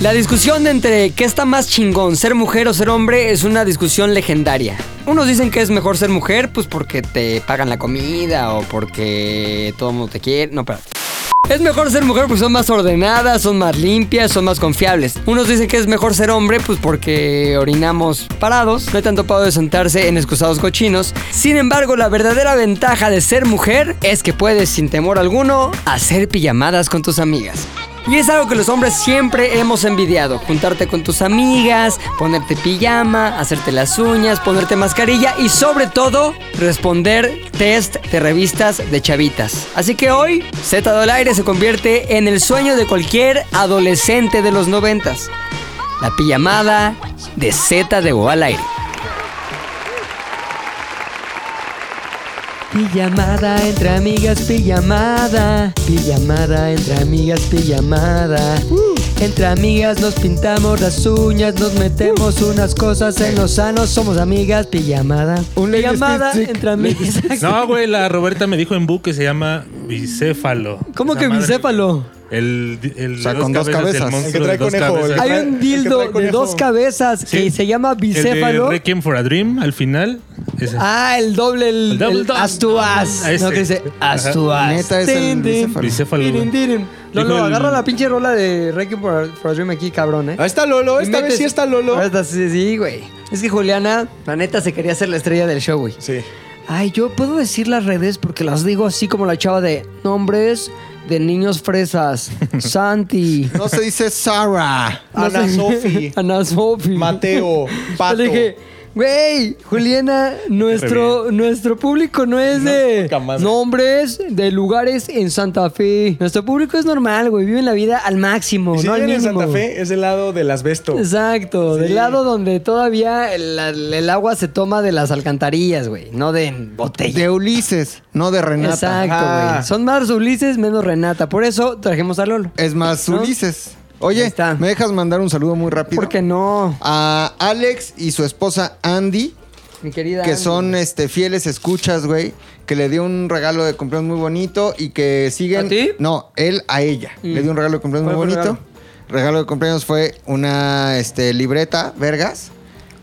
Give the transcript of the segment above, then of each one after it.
La discusión entre qué está más chingón, ser mujer o ser hombre, es una discusión legendaria. Unos dicen que es mejor ser mujer, pues porque te pagan la comida o porque todo el mundo te quiere. No, espérate. Es mejor ser mujer porque son más ordenadas, son más limpias, son más confiables. Unos dicen que es mejor ser hombre pues porque orinamos parados, no hay tanto pavo de sentarse en excusados cochinos. Sin embargo, la verdadera ventaja de ser mujer es que puedes sin temor alguno hacer pijamadas con tus amigas. Y es algo que los hombres siempre hemos envidiado. Juntarte con tus amigas, ponerte pijama, hacerte las uñas, ponerte mascarilla y sobre todo responder test de revistas de chavitas. Así que hoy Z del Aire se convierte en el sueño de cualquier adolescente de los noventas. La pijamada de Z de Boal Aire. Pijamada entre amigas, pijamada. Pijamada entre amigas, pijamada. Entre amigas nos pintamos las uñas, nos metemos unas cosas en los sanos, somos amigas, pijamada. Un lady pijamada stick, entre amigas. No, güey, la Roberta me dijo en Bu que se llama bicéfalo. ¿Cómo Esa que madre- bicéfalo? El, el sea, de con dos El cabezas. monstruo El que trae de dos conejo, cabezas. el Hay trae- un el que dildo trae de dos conejo. cabezas que Sí. se llama El bicéfalo. de Requiem for a Dream, al final. Ese. Ah, el doble, el, El double el dog. as to as. Ah, ese. No, que dice as Ajá. to as. Neta, es el bicéfalo. Bicéfalo, güey. Tirin, tirin. Dijo Lolo, el- agarra la pinche rola de Requiem for, for a Dream aquí, cabrón, eh. Ahí está Lolo, Y esta metes- vez Ah, sí está Lolo. Ahora está- sí, sí, güey. Es que Juliana, la neta, se quería ser la estrella del show, güey. Sí. Ay, yo puedo decir las redes porque las digo así como la chava de nombres de niños fresas. Santi. No se dice Sara. Ana sé. Sofi. Ana Sofi. Mateo, Pato. Le dije, güey, Juliana, nuestro, nuestro público no es de poca madre. nombres de lugares en Santa Fe. Nuestro público es normal, güey. Viven la vida al máximo, Y si no al viven en mínimo. Santa Fe, es del lado del asbesto. Exacto, Sí. del lado donde todavía el, el agua se toma de las alcantarillas, güey, no de en botella. De Ulises, no de Renata. Exacto, Ajá. güey. Son más Ulises menos Renata. Por eso trajimos a Lolo. Es más ¿No? Ulises. Ahí Oye, está. ¿me dejas mandar un saludo muy rápido? ¿Por qué no? A Alex y su esposa Andy, Mi querida. que Andy. eh, son este fieles escuchas, güey, que le dio un regalo de cumpleaños muy bonito y que siguen. ¿A ti? Mm. No, él a ella. Le dio un regalo de cumpleaños muy ¿Cuál fue el bonito. Regalo de cumpleaños fue una este, libreta, vergas,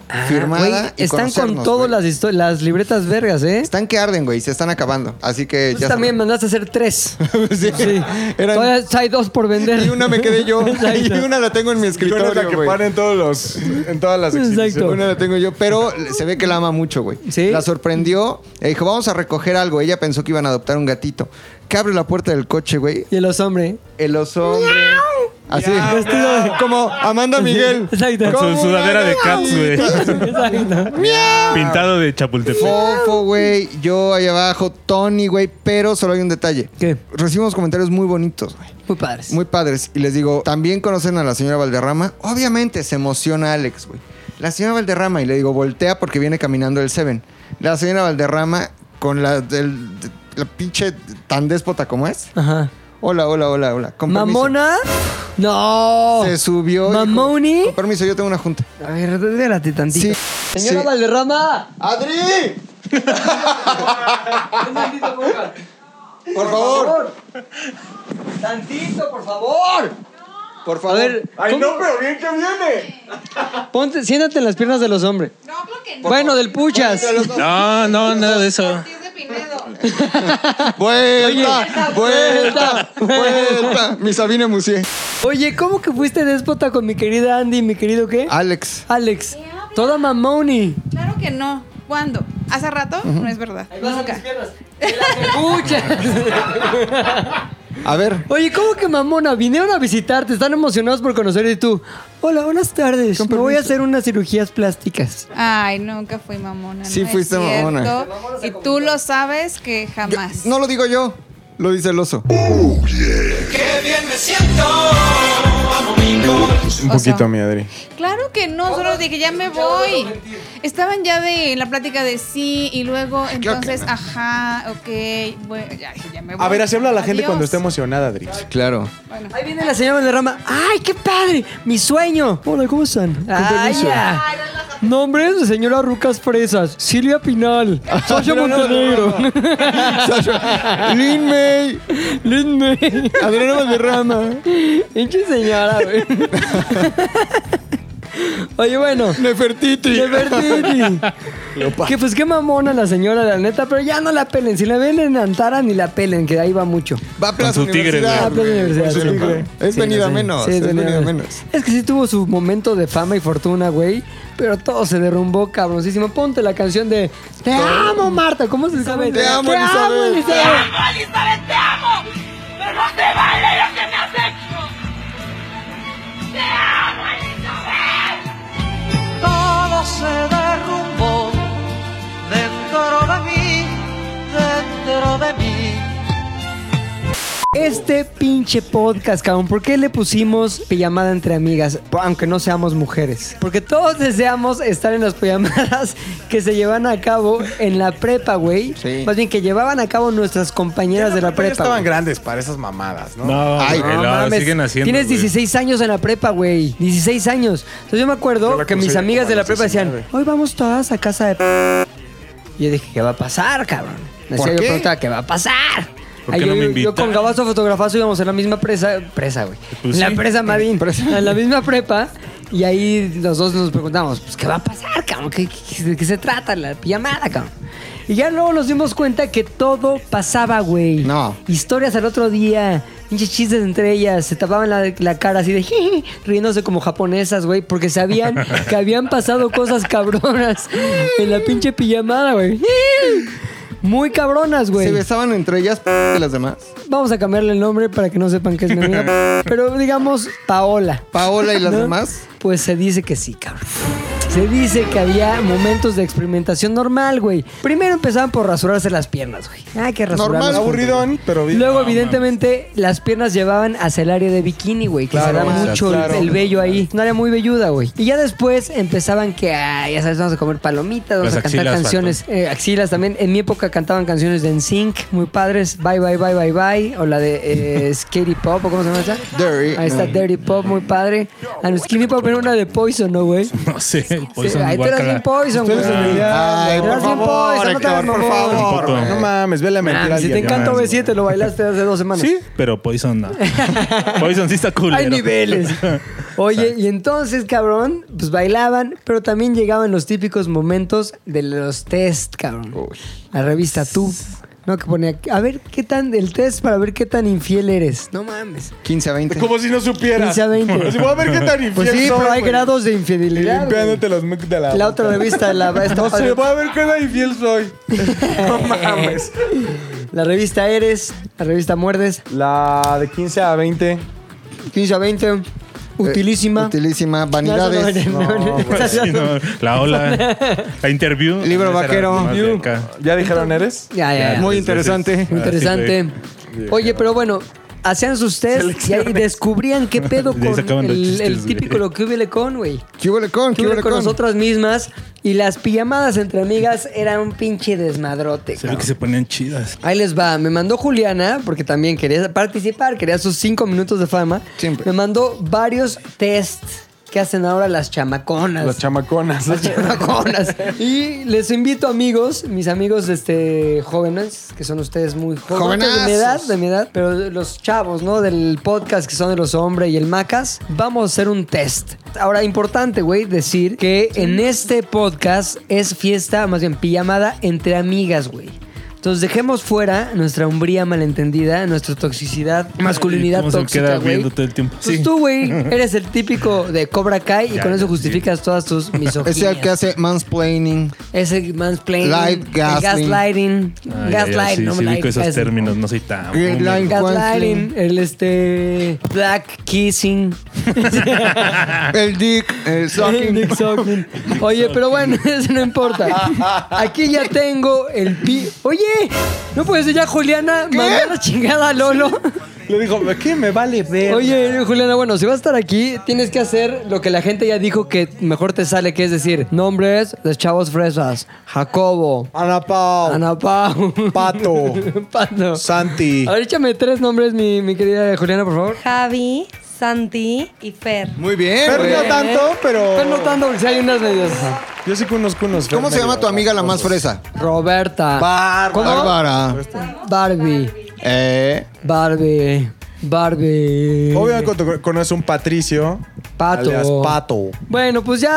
Ah, firmada. güey, y están con conocernos, todas güey. las, histo- las libretas vergas, ¿eh? Están que arden, güey, se están acabando. Así que Tú ya. Pues también saben. mandaste a hacer tres. Sí. Sí. Eran- Todavía hay dos por vender. Y una me quedé yo. Y Exacto. una la tengo en mi Yo no es la escritorio, que güey. para en, todos los, en todas las Exacto. exhibiciones. Una la tengo yo, pero se ve que la ama mucho, güey. ¿Sí? La sorprendió. Le dijo, vamos a recoger algo. Ella pensó que iban a adoptar un gatito. Que abre la puerta del coche, güey. Y los hombres. El oso. hombre. Así. Vestido de- Como Amanda Miguel. Exacto. Con su sudadera de Cats, güey. Exacto. Pintado de Chapultepec. Fofo, güey. Yo ahí abajo. Tony, güey. Pero solo hay un detalle. ¿Qué? Recibimos comentarios muy bonitos, güey. Muy padres. Muy padres. Y les digo, ¿también conocen a la señora Valderrama? Obviamente se emociona Alex, güey. La señora Valderrama, y le digo, voltea porque viene caminando el Seven. La señora Valderrama, con la, del- de- la pinche tan déspota como es. Ajá. Hola, hola, hola, hola. Con permiso. ¿Mamona? No. Se subió. dijo, ¿Mamoni? Con permiso, yo tengo una junta. A ver, espérate tantito. Sí. Señora Sí. Valderrama. ¡Adri! Tantito, por favor. Por favor, Tantito, por favor. por A favor. ver, Ay, ¿cómo- no, pero bien que viene. ponte, siéntate en las piernas de los hombres. No, claro que no. Bueno, del puchas. No, no, nada de eso. Ortiz de Pinedo. Vuelta, vuelta, vuelta. Mi Sabine Musier. Oye, ¿cómo que fuiste déspota con mi querida Andy y mi querido qué? Alex. Alex. ¿Qué habla? Toda mamoni. Claro que no. ¿Cuándo? ¿Hace rato? No es verdad. Nunca. A ver, Oye, ¿cómo que mamona? Vinieron a visitarte, están emocionados por conocer y tú. Hola, buenas tardes. Me voy a hacer unas cirugías plásticas. Ay, nunca fui mamona. Sí no es fuiste mamona. cierto. Y tú lo sabes que Yo- jamás. no lo digo yo, lo dice el oso. Un O sea, poquito, mi Adri. Claro que no, solo dije, ya me voy. Estaban ya de en la plática de sí y luego entonces, ajá, ok, bueno, ya, ya me voy. A ver, así habla la gente Adiós. cuando está emocionada, Adri. Claro. Bueno. Ahí Ah, viene la señora Valderrama. ¡Ay, qué padre! ¡Mi sueño! Hola, ¿cómo están? ¡Ay, Ah, ya! Nombres de señora Rucas Fresas. Silvia Pinal. Sasha no, no, Montenegro. Lin May. Lin May. Adriana Valderrama. Pinche señora, güey. Oye, bueno. Nefertiti. Nefertiti. Que pues qué mamona la señora, la neta, pero ya no la pelen. Si la ven en Antara, ni la pelen, que ahí va mucho. Va a Plaza Con su tigre, Ah, güey. Universidad, Plaza güey. Universidad, Con su sí, tigre. güey. Es Sí, venida sí. menos, Sí, es venida menos. Es que sí tuvo su momento de fama y fortuna, güey. Pero todo se derrumbó cabroncísimo. Ponte la canción de Te amo, Marta. ¿Cómo se sabe? Te amo, Elizabeth. Elizabeth. Elizabeth, te amo, pero no te vale lo que me has hecho. Te amo, Elizabeth. todo se derrumbó dentro de mí, dentro de mí. Este pinche podcast, cabrón, ¿por qué le pusimos pijamada entre amigas? Por- Aunque no seamos mujeres. Porque todos deseamos estar en las pijamadas que se llevan a cabo en la prepa, güey. Sí. Más bien que llevaban a cabo nuestras compañeras de la Ya prepa. estaban güey. grandes para esas mamadas, ¿no? No, Ay, güey, No la mames, siguen haciendo. Tienes güey. 16 años en la prepa, güey. 16 años. Entonces yo me Yo acuerdo la que mis crucé amigas como de a la los prepa decían, 19. hoy vamos todas a casa de... p-". Y yo dije, ¿qué va a pasar, cabrón? Me ¿Por decía, yo qué? preguntaba, ¿qué va a pasar? ¿Por Ay, qué yo, no me yo- yo con invitan? Gabazo Fotografazo íbamos en la misma presa, presa, güey. Pues en la sí. presa Madín, en la misma prepa. Y ahí los dos nos preguntamos, pues, ¿qué va a pasar, cabrón? ¿Qué, qué- de qué se trata la pijamada, cabrón? Y ya luego nos dimos cuenta que todo pasaba, güey. No. Historias al otro día, pinches chistes entre ellas, se tapaban la, la cara así de jeje, riéndose como japonesas, güey, porque sabían que habían pasado cosas cabronas en la pinche pijamada, güey. Muy cabronas, güey. Se besaban entre ellas y las demás. Vamos a cambiarle el nombre para que no sepan que es mi amiga. Pero digamos Paola. Paola y las ¿no? demás. Pues se dice que sí, cabrón. Se dice que había momentos de experimentación normal, güey. Primero empezaban por rasurarse las piernas, güey. Ah, que rasurarse. Normal, Aburridón, pero bien. Luego, evidentemente, las piernas llevaban hacia el área de bikini, güey, que Claro, se da claro, mucho claro. el vello ahí. Una área muy velluda, güey. Y ya después empezaban que, ah, ya sabes, vamos a comer palomitas, vamos Las a cantar axilas, canciones, eh, axilas también. En mi época cantaban canciones de NSYNC, muy padres, Bye Bye Bye Bye Bye, o la de eh, Scary Pop, ¿o cómo se llama esa? Dirty. Ahí está Dirty Pop, muy padre. A los Skinny Pop era una de Poison, ¿no, güey? No sé, Sí, Poison ahí tú eras guácala. bien Poison, güey. Ah, Ustedes en el Ay, Eras por bien favor, Poison, no te hagas Héctor, por mamón. favor. Tampoco. No mames, ve la mentira. Ah, Si al te día, encanta mames. B7, lo bailaste hace dos semanas. Sí, pero Poison no. Poison sí está cool. Hay niveles. Oye, y entonces, cabrón, pues bailaban, pero también llegaban los típicos momentos de los test, cabrón. La revista Tú. No, que ponía, a ver qué tan, el test para ver qué tan infiel eres. No mames. 15 a 20. Como si no supieras. 15 a 20. Pues voy a ver qué tan infiel Pues sí, soy, pero hay güey. grados de Y infidelidad. Limpiándote los mucos de la güey. La boca. otra revista, la, esta No sé, padre- voy a ver qué tan infiel soy. No mames. la revista Eres, la revista Muerdes, La de 15 a 20. 15 a 20, utilísima. Utilísima. No, eso no, Eh, Vanidades. no, no, no, esas Sí, ya son- no, la ola. La interview. Libro Esa era vaquero. más de acá. ¿Ya dijeron eres? Ya, ya, ya. Muy interesante. Muy interesante. Oye, pero bueno, hacían sus tests y ahí descubrían qué pedo De ahí con sacaban los el, chistes, el güey. típico lo que hubiera con, güey. ¿Qué huele con? Que ¿Qué hubiera huele con con? nosotras mismas y las pijamadas entre amigas eran un pinche desmadrote. Se ve cabrón. que se ponían chidas. Ahí les va, me mandó Juliana, porque también quería participar, quería sus cinco minutos de fama. Siempre. Me mandó varios tests que hacen ahora las chamaconas. Las chamaconas. Las chamaconas. Y les invito, amigos, mis amigos este, jóvenes, que son ustedes muy jóvenes. De mi edad, Jovenazos. de mi edad. Pero los chavos, ¿no? Del podcast que son de los hombres y el Macas. Vamos a hacer un test. Ahora, importante, güey, decir que en este podcast es fiesta, más bien pijamada entre amigas, güey. Entonces dejemos fuera nuestra hombría malentendida, nuestra toxicidad, masculinidad ¿Cómo se tóxica, queda güey. viendo todo el tiempo? Pues Sí. tú, güey, eres el típico de Cobra Kai y Ya, con eso ya, justificas todas tus misoginias. Es el que hace mansplaining. Ese mansplaining, Light el gaslighting. gaslighting, Ay, ay, ay, gaslighting, sí, no sí, light ubico esos gaslighting. términos, no soy tan. Green boomer. line. Gaslighting, el este black kissing, El dick. El el sucking. dick sucking. Oye, pero bueno, eso no importa. Aquí ya tengo el pi. Oye, no puede ser ya Juliana mandó la chingada a Lolo. Le dijo, ¿qué me vale ver? Oye, Juliana, bueno, si vas a estar aquí, tienes que hacer lo que la gente ya dijo que mejor te sale, que es decir, nombres de chavos fresas. Jacobo, Ana Pao, Ana Pau, Pato, Pato. Santi. A ver, échame tres nombres, mi, mi querida Juliana, por favor. Javi, Santi y Fer. Muy bien, Fer güey. no tanto, pero. Estoy notando que sí hay unas medias. Yo sí conozco unos. Fer ¿Cómo se medio llama tu amiga la más rasposos. fresa? Roberta. ¿Cómo? Bárbara. Barbie. Eh. Barbie. Barbie. Obviamente cuando conoces un Patricio. Pato. alias Pato. Bueno, pues ya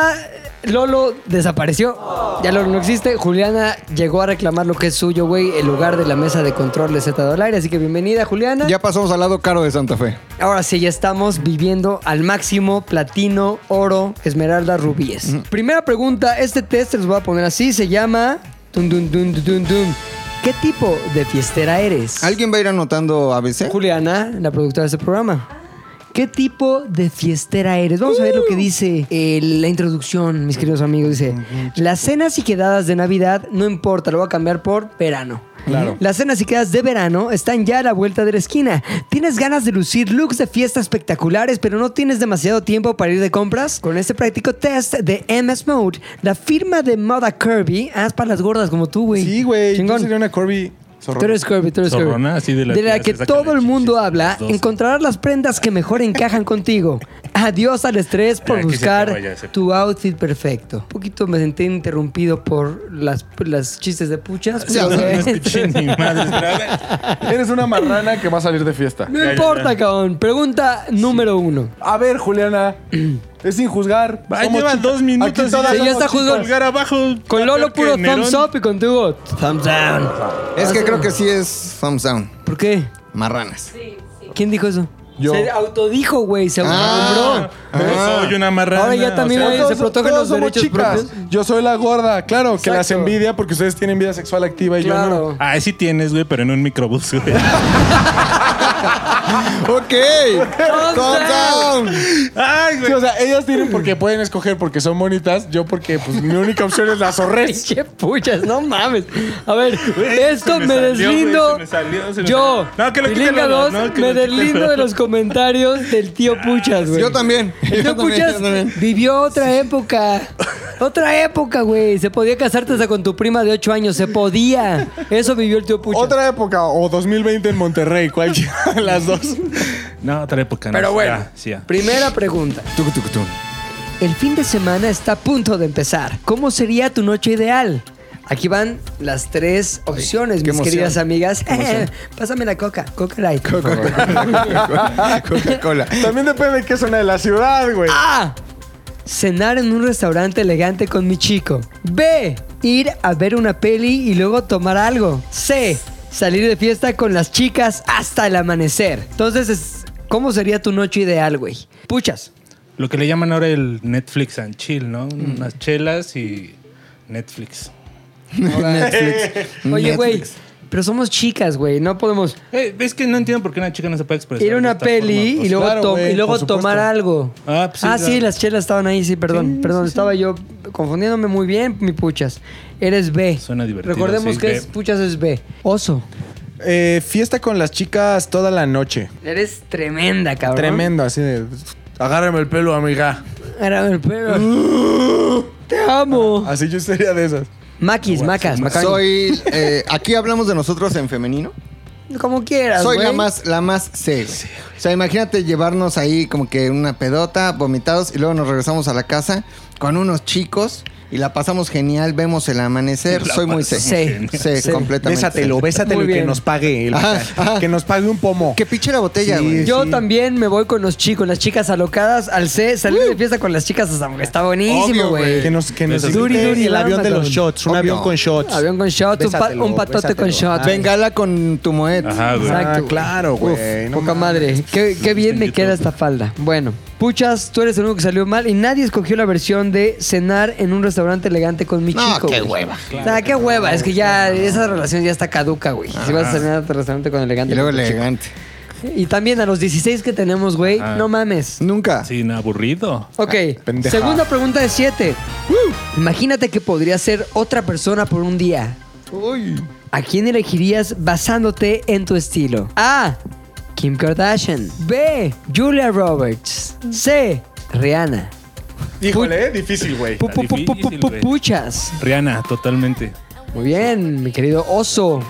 Lolo desapareció. Ya Lolo no existe. Juliana llegó a reclamar lo que es suyo, güey, el lugar de la mesa de control de Z al aire. Así que bienvenida, Juliana. Ya pasamos al lado caro de Santa Fe. Ahora sí, ya estamos viviendo al máximo platino, oro, esmeralda, rubíes. Primera pregunta, este test se los voy a poner así, se llama... Dun, dun, dun, dun, dun, dun. ¿Qué tipo de fiestera eres? ¿Alguien va a ir anotando ABC? Juliana, la productora de este programa. ¿Qué tipo de fiestera eres? Vamos a ver lo Uh. que dice eh, la introducción, mis queridos amigos. Dice, las cenas y quedadas de Navidad, no importa, lo voy a cambiar por verano. Claro. Las cenas y quedadas de verano están ya a la vuelta de la esquina. ¿Tienes ganas de lucir looks de fiesta espectaculares, pero no tienes demasiado tiempo para ir de compras? Con este práctico test de MS Mode, la firma de moda Kirby, haz para las gordas como tú, güey. Sí, güey. Yo Chingón. sería una Corby. Tú eres Kirby, tú eres Kirby. Zorrona, así de la que se que saca todo la el mundo chichis, habla, los dos. encontrarás las prendas que mejor encajan contigo. Adiós al estrés por Ya, que se buscar acaba ya ese- tu outfit perfecto. Un poquito me sentí interrumpido por las, por las chistes de puchas. No, pero, no eh, escuché ni madres, pero a ver. Eres una marrana que va a salir de fiesta. no importa, cabrón. Pregunta número uno. A ver, Juliana. es sin juzgar. Ahí Somos llevan chicas. dos minutos. Aquí todas Sí, ya somos está juzgando. chicas. Pulgar abajo. Con Lolo Peor que puro Nerón. thumbs up y contigo thumbs down. Es que creo que sí es thumbs down. ¿Por qué? Marranas. ¿Quién dijo eso? Yo. Se autodijo, güey. Se autonombró. Ah, Pero Soy una marrana. Ahora ya también o sea, hay- Todos- se protegen todos los somos derechos chicas. propios. Yo soy la gorda, claro, que las Exacto. envidia porque ustedes tienen vida sexual activa y yo no. Claro. Ah, sí tienes, güey, pero en un microbús, güey. Ok. Thumbs Thumbs down. Ay, Sí, güey. o sea, ellas tienen porque pueden escoger porque son bonitas, yo porque pues mi única opción es las zorres. Pinche puchas, no mames. A ver, Güey, esto me, se me salió, deslindo. güey, se me salió, se me yo, salió. No, que lo quite Pilinga Lolo, 2, no, que me lo quite deslindo Lolo. de los comentarios del tío Ah, Puchas, güey. Yo también. El tío Yo también, Puchas yo también. vivió otra época. Otra época, güey. Se podía casarte hasta con tu prima de 8 años. Se podía. Eso vivió el tío Puchas. Otra época o 2020 en Monterrey, cualquiera de las dos. No, otra época. no, Pero sí, bueno, ya, sí, ya. primera pregunta. Tuc, tuc, tuc. El fin de semana está a punto de empezar. ¿Cómo sería tu noche ideal? Aquí van las tres opciones, mis qué emoción. queridas amigas. Pásame la coca, coca light. por favor. Coca-Cola. También depende de qué zona de la ciudad, güey. A. Ah, Cenar en un restaurante elegante con mi chico. B. Ir a ver una peli y luego tomar algo. C. Salir de fiesta con las chicas hasta el amanecer. Entonces, es- ¿cómo sería tu noche ideal, güey? Puchas. Lo que le llaman ahora el Netflix and chill, ¿no? Unas chelas y Netflix. Netflix. Oye, güey, Netflix. pero somos chicas, güey. No podemos Eh, es que no entiendo por qué una chica no se puede expresar. ir a de una esta peli forma, pues. y luego, claro, tom- güey, y luego por supuesto. tomar algo. Ah, pues sí, ah, claro. sí, las chelas estaban ahí, sí, perdón. perdón, estaba yo confundiéndome muy bien, mi puchas. Eres B. Suena divertido, Recordemos sí, que B. es, puchas es B. Oso. Eh, fiesta con las chicas toda la noche. Eres tremenda, cabrón. Tremendo, así de. Agárrame el pelo, amiga. Era- pero- Te amo. Así yo sería de esas. Maquis, macas, macas. Soy. eh, aquí hablamos de nosotros en femenino. Como quieras, Soy la güey. más, la más C. güey. O sea, imagínate llevarnos ahí como que una pedota, vomitados, y luego nos regresamos a la casa con unos chicos y la pasamos genial, vemos el amanecer. Soy muy C. pasamos C, Sí. completamente. Bésatelo, C. bésatelo Muy y que bien. nos pague. el- Ajá, ajá. Que nos pague un pomo. Que pinche la botella, Sí, güey. Yo sí. también me voy con los chicos, las chicas alocadas al C, salir de fiesta con las chicas hasta- está buenísimo, Uh. Obvio, güey. güey. Que nos, que nos Duri, invite duri, el avión de vámonos. los shots, un Obvio. avión con shots. Avión con shots, un, pa- Bésatelo, un patote con bésatelo. shots. Bengala con tu moet. Ajá, güey. Exacto. Ah, claro, Uf, güey. no poca mames. madre. Qué, qué bien me YouTube. queda esta falda. Bueno, puchas, tú eres el único que salió mal y nadie escogió la versión de cenar en un restaurante elegante con mi No, chico. qué güey. hueva. O sea, qué hueva. Es que ya esa relación ya está caduca, güey. Si vas a cenar a otro restaurante con elegante. Y luego con tu chico. elegante. Y también a los 16 que tenemos, güey, Ah. no mames. Nunca. Sí, no, aburrido. Ok, Ah, pendeja. segunda pregunta de 7. Imagínate que podría ser otra persona por un día. ¿A quién elegirías basándote en tu estilo? A. Kim Kardashian. B. Julia Roberts. C. Rihanna. Híjole, eh, difícil, güey. Pu- pu- pu- pu- difícil, pu- güey. Puchas. Rihanna, totalmente. Muy bien, mi querido oso.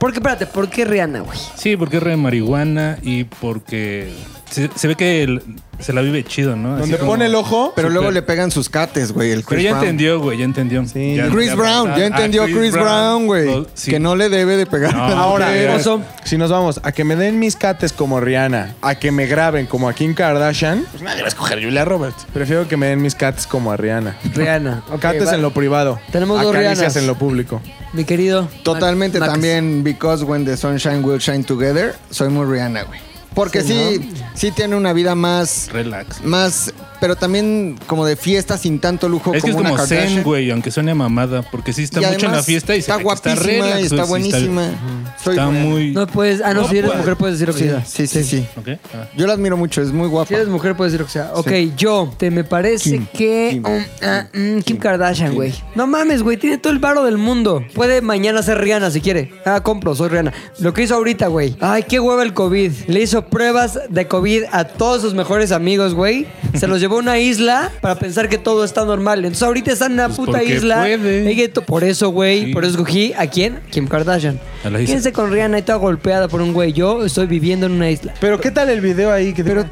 Porque, espérate, ¿por qué Rihanna, güey? Sí, porque es re marihuana y porque se, se ve que el- se la vive chido, ¿no? Así Donde como- pone el ojo. Pero luego Súper. le pegan sus cates, güey. El Pero Chris ya Brown. entendió, güey, ya entendió. Sí. Chris Brown, ya entendió Ah, Chris Brown, güey. Lo- sí. Que no le debe de pegar. No. a las Ahora, mujeres. oso, si nos vamos a que me den mis cates como Rihanna, a que me graben como a Kim Kardashian, pues nadie va a escoger Julia Roberts. Prefiero que me den mis cates como a Rihanna. Rihanna. ok, cates va. en lo privado. Tenemos dos acaricias Rihannas. en lo público. Mi querido. Totalmente Max. también Because When the Sunshine Will Shine Together, soy muy Rihanna, güey. Porque sí, sí, tiene una vida más, Relax. más, pero también como de fiesta sin tanto lujo Es que es como una como Kardashian. zen, güey, aunque suene a mamada, porque sí está Y mucho en la además fiesta y se está ve que guapísima relax, y güey, está sí, buenísima. Está, Soy Rihanna. muy... No puedes. Ah, no, No si eres puedes. mujer puedes decir lo que Sí, sea. sí, sí, sí. ¿Ok? Ah. Yo la admiro mucho, es muy guapa. Si eres mujer puedes decir lo que sea. Ok, yo. Te me parece Kim, que. Kim, um, ah, mm, Kim, Kardashian, güey. No mames, güey. Tiene todo el varo del mundo. Puede mañana ser Rihanna si quiere. Ah, compro, soy Rihanna. Lo que hizo ahorita, güey. Ay, qué hueva el COVID. Le hizo pruebas de COVID a todos sus mejores amigos, güey. Se los llevó a una isla para pensar que todo está normal. Entonces ahorita están en una Pues puta porque isla. puede. Ella to- Por eso, güey. Sí. Por eso escogí a quién? Kim Kardashian. A la isla. Quédense con Rihanna y toda golpeada por un güey. Yo estoy viviendo en una isla. Pero ¿qué tal el video ahí? Que pero,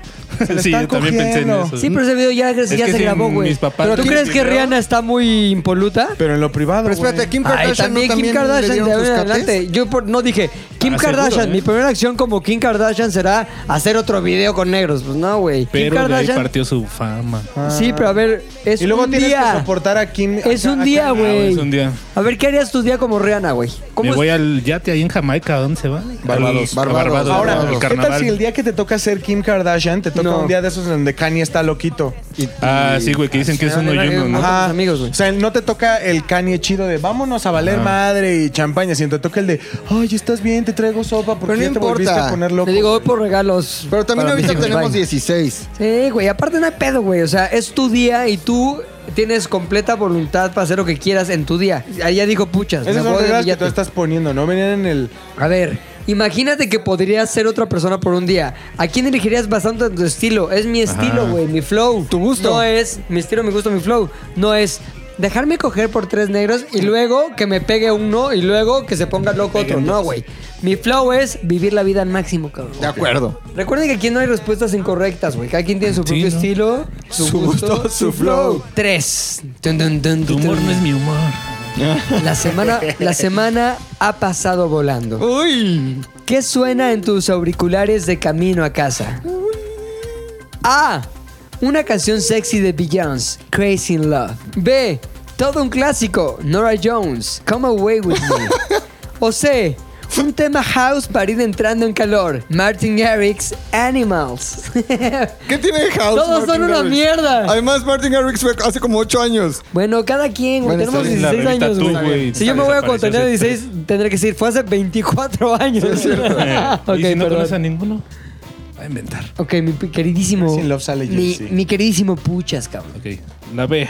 Sí, yo también pensé en eso. Sí, pero ese video ya, Es ya que se sí, grabó, güey. mis papás ¿Pero tú vieron crees el que video. Rihanna está muy impoluta? Pero en lo privado. Pero espérate, güey. Kim Ay, Kardashian también no Kim también le Kardashian dieron de ahora sus en cates? adelante. Yo por- no dije, Kim Ah, seguro, Kardashian, ¿eh? mi primera acción como Kim Kardashian será hacer otro video con negros. Pues no, güey. Kim Pero de ahí Kardashian. partió su fama. Sí, pero a ver, es y luego un tienes que día. soportar a Kim. Es a- un a- día, güey. Ah, es un día. A ver, ¿qué harías tu día como Rihanna, güey? Me ¿Cómo voy es? al yate ahí en Jamaica, ¿a dónde se va? Barbados, Al- a Barbados, Ahora, Barbados. al ¿qué tal carnaval. si el día que te toca ser Kim Kardashian, te toca No. un día de esos donde Kanye está loquito? Ah, sí, güey, que dicen que es uno y uno, ¿no? Ajá. con tus pues, amigos, güey. O sea, no te toca el Kanye chido de vámonos a valer madre y champaña, sino te toca el de ay, estás bien, te traigo sopa porque Pero no ya te importa. volviste a poner loco. Te digo, voy por regalos. Pero también para ahorita mis hijos, tenemos bye. 16. Sí, güey, aparte no hay pedo, güey. O sea, es tu día y tú tienes completa voluntad para hacer lo que quieras en tu día. Allá dijo puchas. me Esas son voy de reglas que billete. tú estás poniendo, ¿no? Venían en el... A ver, imagínate que podrías ser otra persona por un día. ¿A quién elegirías bastante tu estilo? Es mi estilo, güey, mi flow. Tu gusto. No es mi estilo, mi gusto, mi flow. No es dejarme coger por tres negros y luego que me pegue uno y luego que se ponga loco otro. No, güey. Mi flow es vivir la vida al máximo, cabrón. De acuerdo. Recuerden que aquí no hay respuestas incorrectas, güey. Cada quien tiene su propio ¿no? estilo, su, gusto, su flow. Tres. Dun, dun, dun, Tu dun, humor dun. no es mi humor. La semana, la semana ha pasado volando. ¡Uy! ¿Qué suena en tus auriculares de camino a casa? A. Una canción sexy de Beyoncé, Crazy in Love. B. Todo un clásico, Nora Jones, Come Away With Me. O C. Un tema house para ir entrando en calor, Martin Garrix, Animals. ¿Qué tiene de House? Todos son una Garrix? mierda. Además, Martin Garrix fue hace como 8 años. Bueno, cada quien, güey. Bueno, Tenemos está bien. 16 La verdad, años, tú, güey. güey, Si yo me voy a desapareció contener a hace 16, tendré que decir, fue hace 24 años. ok, ¿Y si no conoces a perdón. ninguno? Va a inventar. Ok, mi pi- queridísimo. Crazy in Love sale mi, Jay-Z. mi queridísimo Puchas, cabrón. Ok, la B.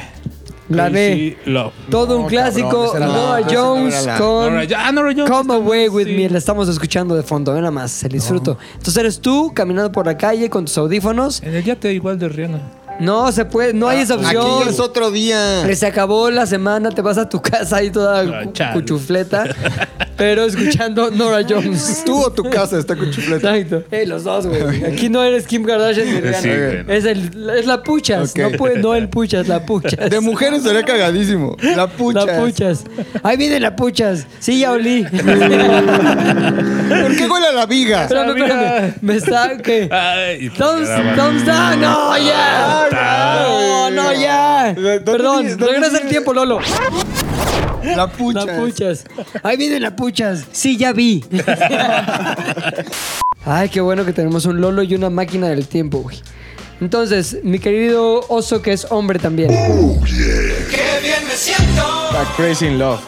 La Crazy Love. Todo un No, clásico, cabrón, esa era la- Noah esa era Jones la- con Nora- ah, Nora Jones, Come está Away bien, With sí. Me. La estamos escuchando de fondo, ve nada más, se disfruto. Entonces eres tú caminando por la calle con tus audífonos. En el yate igual de Rihanna. No se puede, no hay esa opción. Aquí es otro día. Se acabó la semana, te vas a tu casa ahí toda Ah, cu- chale. cuchufleta, pero escuchando Nora Jones. Tú o tu casa está con chufleta. Exacto. Eh, los dos, güey. Aquí no eres Kim Kardashian ni Rihanna. Eh, Sí, güey, no. es, el, es la puchas. Ok. No, puede, no el puchas, la puchas. De mujeres sería cagadísimo. La pucha. La puchas. Ahí viene la puchas. Sí, ya olí. ¿Por qué huele a la viga? espérame, espérame. Me está. ¿Qué? Ay, y pues te Thumbs, graba. thumbs down. No, ya. No, no, ya. ¿Dónde Perdón, dice- dónde regresa el dice- tiempo, Lolo. La pucha. La puchas. Ahí viene la puchas. Sí, ya vi. Ay, qué bueno que tenemos un Lolo y una máquina del tiempo, güey. Entonces, mi querido oso que es hombre también. A Crazy in Love.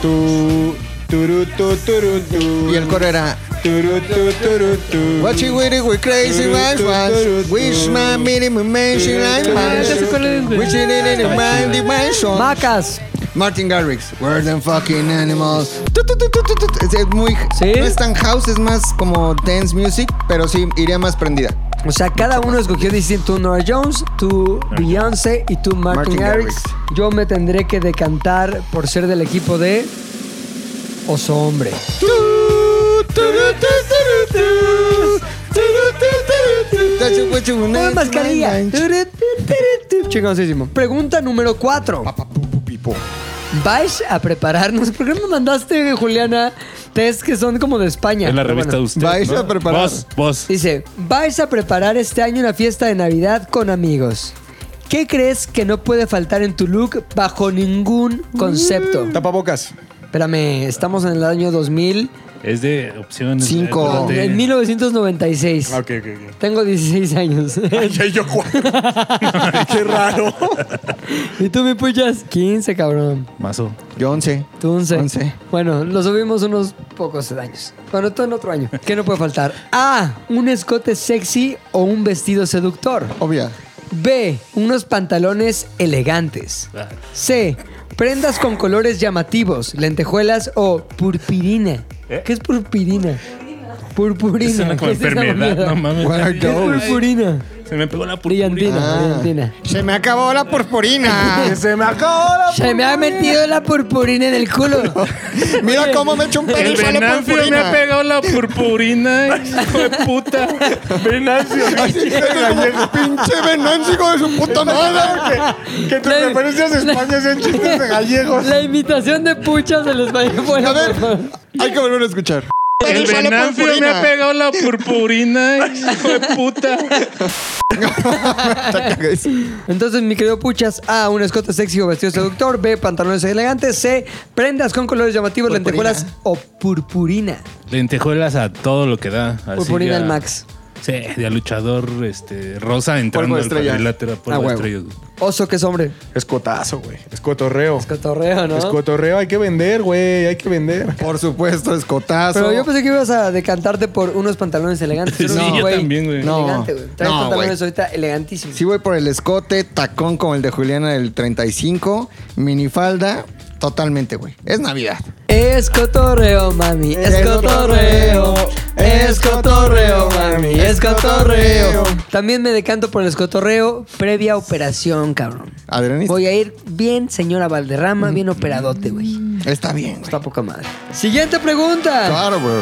Tu, turu, tu, turu, tu. Y el coro era Turu, tu, turu, tu. What you with it, we crazy man was Wish my minimum mansion like mine Wish it in a man dimension Macas. Martin Garrix We're them fucking animals Tu, tu, tu, tu, tu, tu. Es, es muy ¿Sí? No es tan house, es más como dance music Pero sí, iría más prendida O sea, cada uno escogió distinto. Tú Nora Jones, tú Beyoncé y tú Martin, Martin Garrix. Yo me tendré que decantar por ser del equipo de Oso Hombre. Una mascarilla. Chingoncísimo. Pregunta número 4. ¿Vais a prepararnos? ¿Por qué no mandaste, Juliana, test que son como de España? En la Pero revista bueno. de usted. ¿vais ¿no? a preparar? Vos, vos. Dice, vais a preparar este año una fiesta de Navidad con amigos. ¿Qué crees que no puede faltar en tu look bajo ningún Mm. concepto? Tapabocas. Espérame, estamos en el año 2000, Es de opciones. eh, Cinco. acuérdate. en 1996. Ah, Ok, ok, ok. Tengo 16 años. Ya yo cuatro. Qué raro. ¿Y tú, mi puchas? 15, cabrón. Mazo. Yo 11. Tú 11. Once. Bueno, lo subimos unos pocos años. Bueno, todo en otro año. ¿Qué no puede faltar? A. Un escote sexy o un vestido seductor. Obvia. B. Unos pantalones elegantes. Ah, C. Prendas con colores llamativos, lentejuelas o purpurina. ¿Eh? ¿Qué es purpurina? Purpurina. Suena como ¿Qué es esa enfermedad. mamada? No mames. What are ¿Qué es those? purpurina? Se me pegó la purpurina. Brillantina, Ah. brillantina. Se me acabó la purpurina. Se me acabó Ah, la Se me ha metido la purpurina en el culo. Mira cómo me echo un pedo El y sale Venancio me ha purpurina. pegado la purpurina, hijo de puta. Venancio. Pinche Venancio, hijo de su puta madre. Que tus La- referencias a España sean chistes de gallegos. La imitación de puchas del español. Bueno, A ver. por favor. Hay que volver a escuchar. El Sale Venancio me purpurina. ha pegado la purpurina, hijo de puta. Entonces, mi querido Puchas, A, un escote sexy o vestido seductor, B, pantalones elegantes, C, prendas con colores llamativos, Purpurina. lentejuelas o purpurina. Lentejuelas a todo lo que da. así Purpurina ya- al max. Sí, de a luchador este, rosa entrando de al estrellas. cuadrilátero. Polvo Ah, de huevo. estrellas. Oso que es hombre. Escotazo, güey. Escotorreo. Cotorreo, ¿no? Escotorreo, hay que vender, güey. Hay que vender. Por supuesto, escotazo. Pero yo pensé que ibas a decantarte por unos pantalones elegantes. Sí, Eres un yo también, güey. No. Elegante, güey. Traes No, pantalones ahorita elegantísimos. Sí voy por el escote, tacón como el de Juliana del 35, minifalda, totalmente, güey. Es Navidad. Es cotorreo, mami. Es Es cotorreo. cotorreo. Es cotorreo, mami. Es Es cotorreo. cotorreo. También me decanto por el escotorreo previa operación, cabrón. Adrián, Voy a ir bien, señora Valderrama, bien operadote, güey. está bien, güey. Está poca madre. Siguiente pregunta. Claro, bro.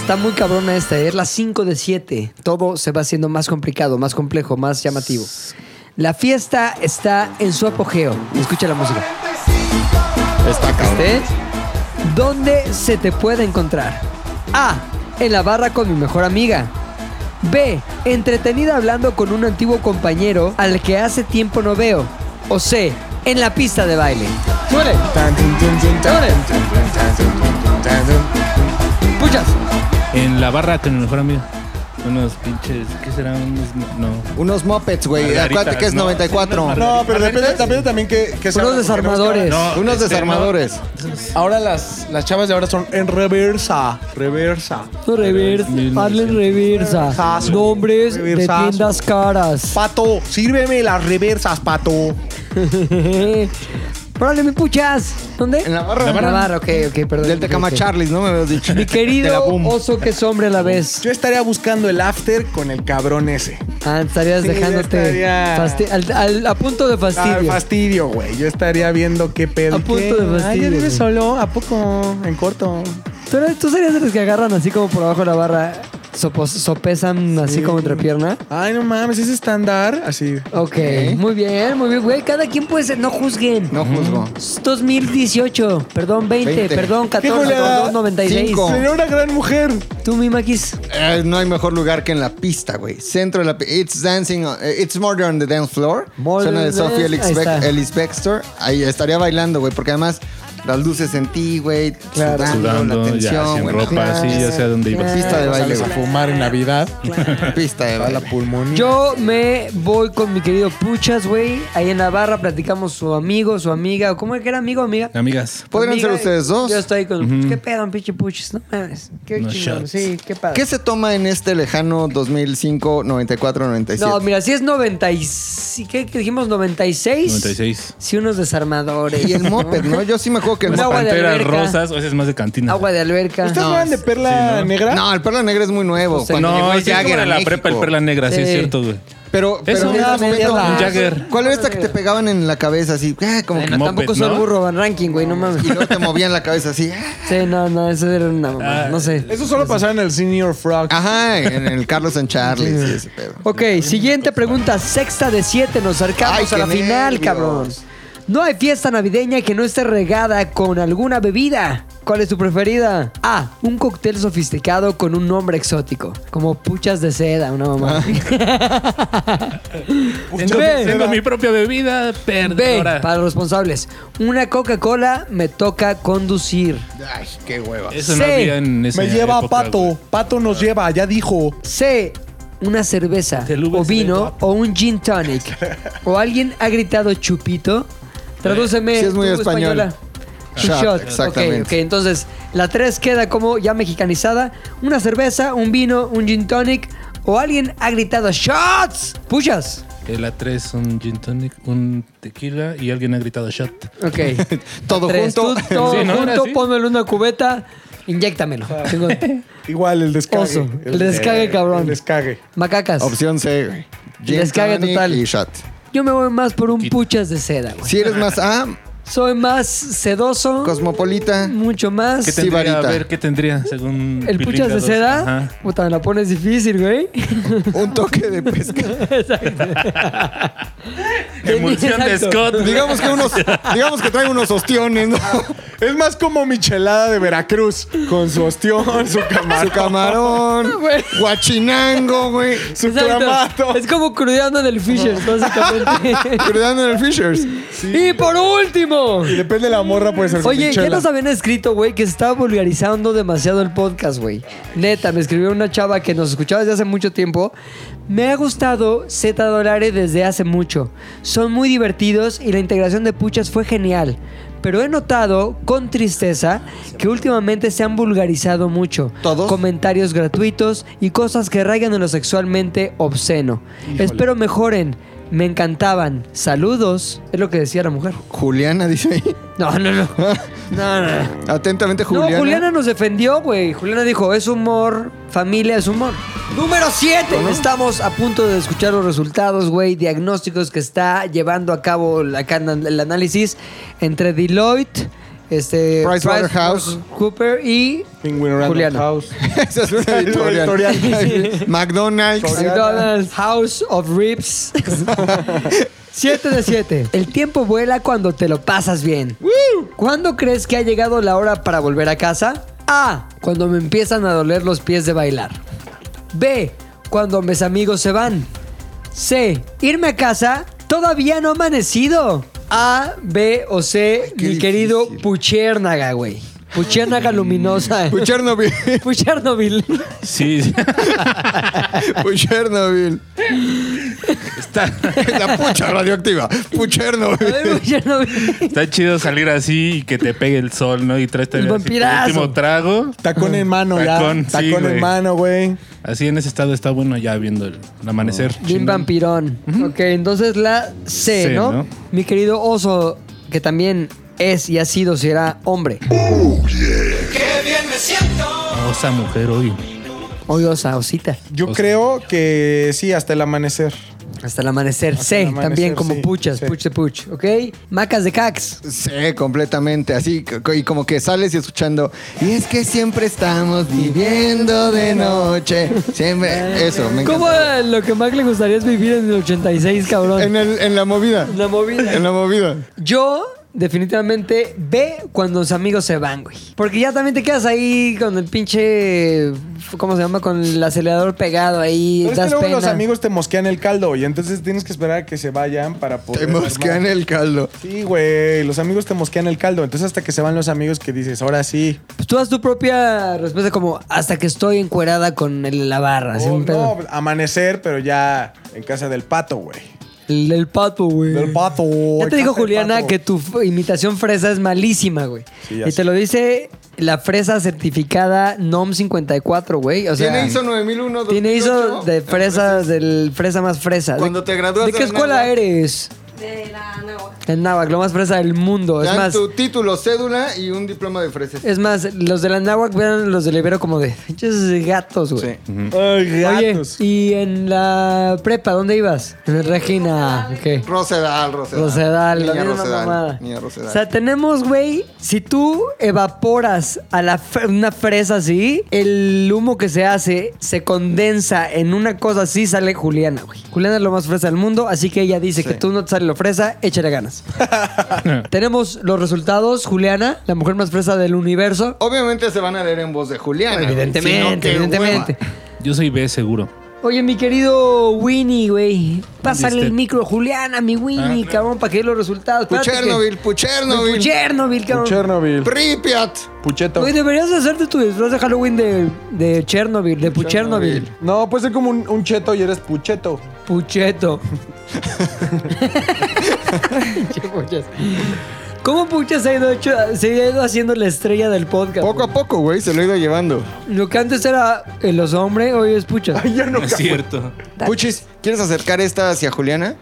Está muy cabrona esta, ¿eh? es la 5 de 7. Todo se va haciendo más complicado, más complejo, más llamativo. La fiesta está en su apogeo. Escucha la música. Está cabrón. ¿Este? ¿Dónde se te puede encontrar? A. En la barra con mi mejor amiga. B. Entretenida hablando con un antiguo compañero al que hace tiempo no veo. O C. En la pista de baile. ¡Súbele! ¡Súbele! ¡Puchas! En la barra con mi mejor amigo. Unos pinches, ¿qué será? Unos, no. Unos mopeds, güey. Margaritas, Acuérdate que es no, 94. sí, No, pero depende, depende también que, que sea- Unos desarmadores. No, Unos este, desarmadores. Ahora las, las chavas de ahora son en reversa. Reversa. Reversa, hazle reversa. Reversazo. Nombres de Reversazo. tiendas caras. Pato, sírveme las reversas, pato. Órale, mi puchas. ¿Dónde? En la barra. En la barra, ok, ok, perdón. Del Tecama Ok. Charlies, ¿no? Me habías dicho. Mi De la querido boom. oso que es hombre a la vez. Yo estaría buscando el after con el cabrón ese. Ah, estarías Sí, dejándote yo estaría- fasti- al- al- a punto de Ah, fastidio. fastidio, güey. Yo estaría viendo qué pedo. A ¿Qué? punto de fastidio, Ay, ya güey. vives solo. ¿A poco? En corto. ¿Tú, eres- tú serías de los que agarran así como por abajo de la barra, sopos- sopesan así como entre pierna. Ay, no mames, es estándar. Así. Ok, muy bien, muy bien, güey. Cada quien puede ser. No juzguen. No juzgo. Es 2018, perdón, 20, 20. perdón, 14, Híjole, perdón, 96. cinco. Sería una gran mujer. Tú, mi Maquis. Eh, no hay mejor lugar que en la pista, güey. Centro de la pista. It's dancing. on- eh, It's murder on the dance floor. Murder Zona de on the dance- Sophie Ellis, ahí Beck- está. Ellis Baxter. Ahí estaría bailando, güey, porque además las luces en ti, güey. Claro. Sudando, Sudando, la ya, tensión, sin güey. ropa, así, ya sé a dónde ibas. Pista de baile, Sales a güey. fumar en Navidad. Pista de A la baile. pulmonía. Yo me voy con mi querido Puchas, güey. Ahí en la barra platicamos su amigo, su amiga. ¿Cómo era que era amigo o amiga? Amigas. Podrían Amiga, ser ustedes dos. Yo estoy con. pues, ¿Qué pedo, un pinche puchis? No mames. Qué No chingón. shots. Sí, qué padre. ¿Qué se toma en este lejano 2005, 94, 97? no, mira, si es 90. Y... ¿Qué qué dijimos? 96. 96. Sí, unos desarmadores. y el moped, ¿no? Yo sí me acuerdo que el Un agua moped. de Panteras alberca. rosas, o ese es más de cantina. Agua de alberca. ¿Ustedes No, no, eran de perla negra? No, el Perla Negra es muy nuevo. Pues, Cuando no, llegó ese es Jagger como a de la México. prepa, el perla negra, sí, Sí. es cierto, güey. Pero, pero Eso, en ese una momento- mierda. Un Jagger. ¿Cuál era esta que te pegaban en la cabeza así? eh, como que- Bueno, Moped, tampoco soy ¿no? burro van ranking, güey, no mames. y luego te movían la cabeza así. eh. Sí, no, no, eso era una mamá, Ah, no sé. Eso solo pasaba en el Senior Frog. Ajá, en el Carlos and Charlie. sí, ese pedo. Ok, siguiente pregunta, sexta de siete, nos Ay, acercamos qué a la final, nervios. cabrón. No hay fiesta navideña que no esté regada con alguna bebida. ¿Cuál es tu preferida? A. Un cóctel sofisticado con un nombre exótico. Como puchas de seda, una mamá. Ah. Entonces, tengo mi propia bebida, B. perdona. Para los responsables. Una Coca-Cola me toca conducir. Ay, qué hueva. Eso Sí. no había en esa Me lleva época, Pato. güey. Pato nos lleva, ya dijo. C. Una cerveza Del Uber o vino Select. o un gin tonic. o alguien ha gritado chupito. Tradúceme. Sí, es muy tú, español. Un Shot, Shot, exactamente. Ok, ok, entonces la 3 queda como ya mexicanizada. Una cerveza, un vino, un gin tonic o alguien ha gritado shots. Puchas. El A3, un gin tonic, un tequila y alguien ha gritado shot. Ok. Todo Tres, junto. tú, todo Sí, ¿no? Era junto, así. pónmelo en una cubeta, inyéctamelo. Chingón. Igual el descague. Oso. El descague, cabrón. El descague. Macacas. Opción C, güey. Gin Descarga tonic total. Y shot. Yo me voy más por un puchas de seda, güey. Si eres más A, Soy más sedoso, cosmopolita. mucho más. ¿Qué Sí, tendría? varita. a ver, ¿qué tendría según El Pilinga puchas de 2? seda, Ajá. puta, me la pones difícil, güey. Un toque de pesca. Emulsión de Exacto. Scott. güey. digamos que unos, digamos que trae unos ostiones, ¿no? Es más como michelada de Veracruz. Con su ostión, su Su camarón. camarón, Güey. guachinango, güey. Su Ah, Exacto. clamato. Es como crudeando en el Fishers, básicamente. Cuidando en el Fishers. y por último. Y depende de la morra, puede ser con Oye, ya michela. nos habían escrito, güey, que se estaba vulgarizando demasiado el podcast, güey. Neta, me escribió una chava que nos escuchaba desde hace mucho tiempo. Me ha gustado Z Dolare desde hace mucho. Son muy divertidos y la integración de puchas fue genial. Pero he notado, con tristeza, que últimamente se han vulgarizado mucho. ¿Todos? Comentarios gratuitos y cosas que raigan en lo sexualmente obsceno. Espero mejoren. Me encantaban. Saludos. Es lo que decía la mujer. Juliana dice ahí. Ah, No, no, no. No, no, no. Atentamente, Juliana. No, Juliana nos defendió, güey. Juliana dijo, es humor, familia es humor. Número 7. Estamos a punto de escuchar los resultados, güey, diagnósticos que está llevando a cabo la can- el análisis entre Deloitte, este, Pricewaterhouse. Cooper y Penguin Random Juliana. House. Esa es una Editorial. editorial. McDonald's. McDonald's, House of Rips. 7 de 7. El tiempo vuela cuando te lo pasas bien. ¿Cuándo crees que ha llegado la hora para volver a casa? A. Cuando me empiezan a doler los pies de bailar. B. Cuando mis amigos se van. C. Irme a casa. Todavía no ha amanecido. A, B o C, mi qué querido difícil. Puchernaga, güey. Puchernaga luminosa. Chernobyl. Puchernobyl. Sí, sí. Chernobyl. Está. La pucha radioactiva. A Puchernobyl. ver, Puchernobyl. está chido salir así y que te pegue el sol, ¿no? Y traes El también así tu vampirazo. último trago. Tacón en mano, ya. Tacón, sí, Tacón en güey. mano, güey. Así en ese estado está bueno ya viendo el, el amanecer. Bien vampirón. Ok, entonces la C, C, ¿no? ¿no? Mi querido oso, que también es y ha sido, será hombre. Osa mujer hoy. Hoy osa, osita. Yo creo que sí, hasta el amanecer. Hasta el amanecer. Hasta C, el amanecer, también como sí, puchas, sí. puch de puch, ¿ok? Macas de cax. Sí, completamente. Así, co- y como que sales y escuchando. Y es que siempre estamos viviendo de noche. Siempre. Eso, me ¿Cómo encanta. eh, lo que más le gustaría es vivir en el 86, cabrón? En, el- en la movida. La movida. En la movida. Yo, definitivamente, ve cuando los amigos se van, güey. Porque ya también te quedas ahí con el pinche. ¿Cómo se llama? Con el acelerador pegado ahí. Pero es que das luego pena. los amigos te mosquean el caldo y entonces tienes que esperar a que se vayan para poder. Te mosquean armar. el caldo. Sí, güey. Los amigos te mosquean el caldo. Entonces hasta que se van los amigos que dices, ahora sí. Pues tú haz tu propia respuesta como hasta que estoy encuerada con el- la barra. así O un pedo. Oh, no, amanecer, pero ya en casa del pato, güey. El del pato, güey. Del pato. Ya te dijo Juliana que tú tu f- imitación fresa es malísima, güey. Sí, ya y te sé. lo dice la fresa certificada NOM 54, güey. O sea, Tiene ISO 9001. tiene ISO 2008. de fresa, del fresa más fresa. Cuando ¿De- te gradúas ¿De qué de escuela Anáhuac? eres? de la náhuatl. En náhuatl, lo más fresa del mundo. Es Dan más, tu título, cédula y un diploma de fresas. es más, los de la náhuatl vean a los del Ibero como de pinches gatos, güey. Sí. Ay, Oye, gatos. y en la prepa, ¿dónde ibas? En Regina, ok. Rosedal, Rosedal. Rosedal, la Niña misma Rosedal. mamada. Niña Rosedal. O sea, tenemos, güey, si tú evaporas a la fre- una fresa así, el humo que se hace se condensa en una cosa así, sale Juliana, güey. Juliana es lo más fresa del mundo, así que ella dice que tú no te sale lo fresa, échale ganas. tenemos los resultados, Juliana, la mujer más fresa del universo. Obviamente se van a leer en voz de Julián. Evidentemente, evidentemente. Yo soy B, seguro. Oye, mi querido Winnie, güey. Pásale el ¿Viste? micro, Juliana, mi Winnie, cabrón, para que dé los resultados. Espérate que- Puchernovil, Puchernovil, Chernobyl, cabrón. Chernobyl. Pripyat. Pucheto. Güey, deberías hacerte tu disfraz de Halloween de, de Chernobyl, de Puchernobyl. No, puede ser como un, un cheto y eres pucheto. Pucheto. Che, puchas. ¿Cómo Puchas se ha, ido hecho- se ha ido haciendo la estrella del podcast? Poco a poco, güey, se lo he ido llevando. Lo que antes era eh, los hombres, hoy es Puchas. Ya no No es cierto. Puchis, ¿quieres acercar esta hacia Juliana?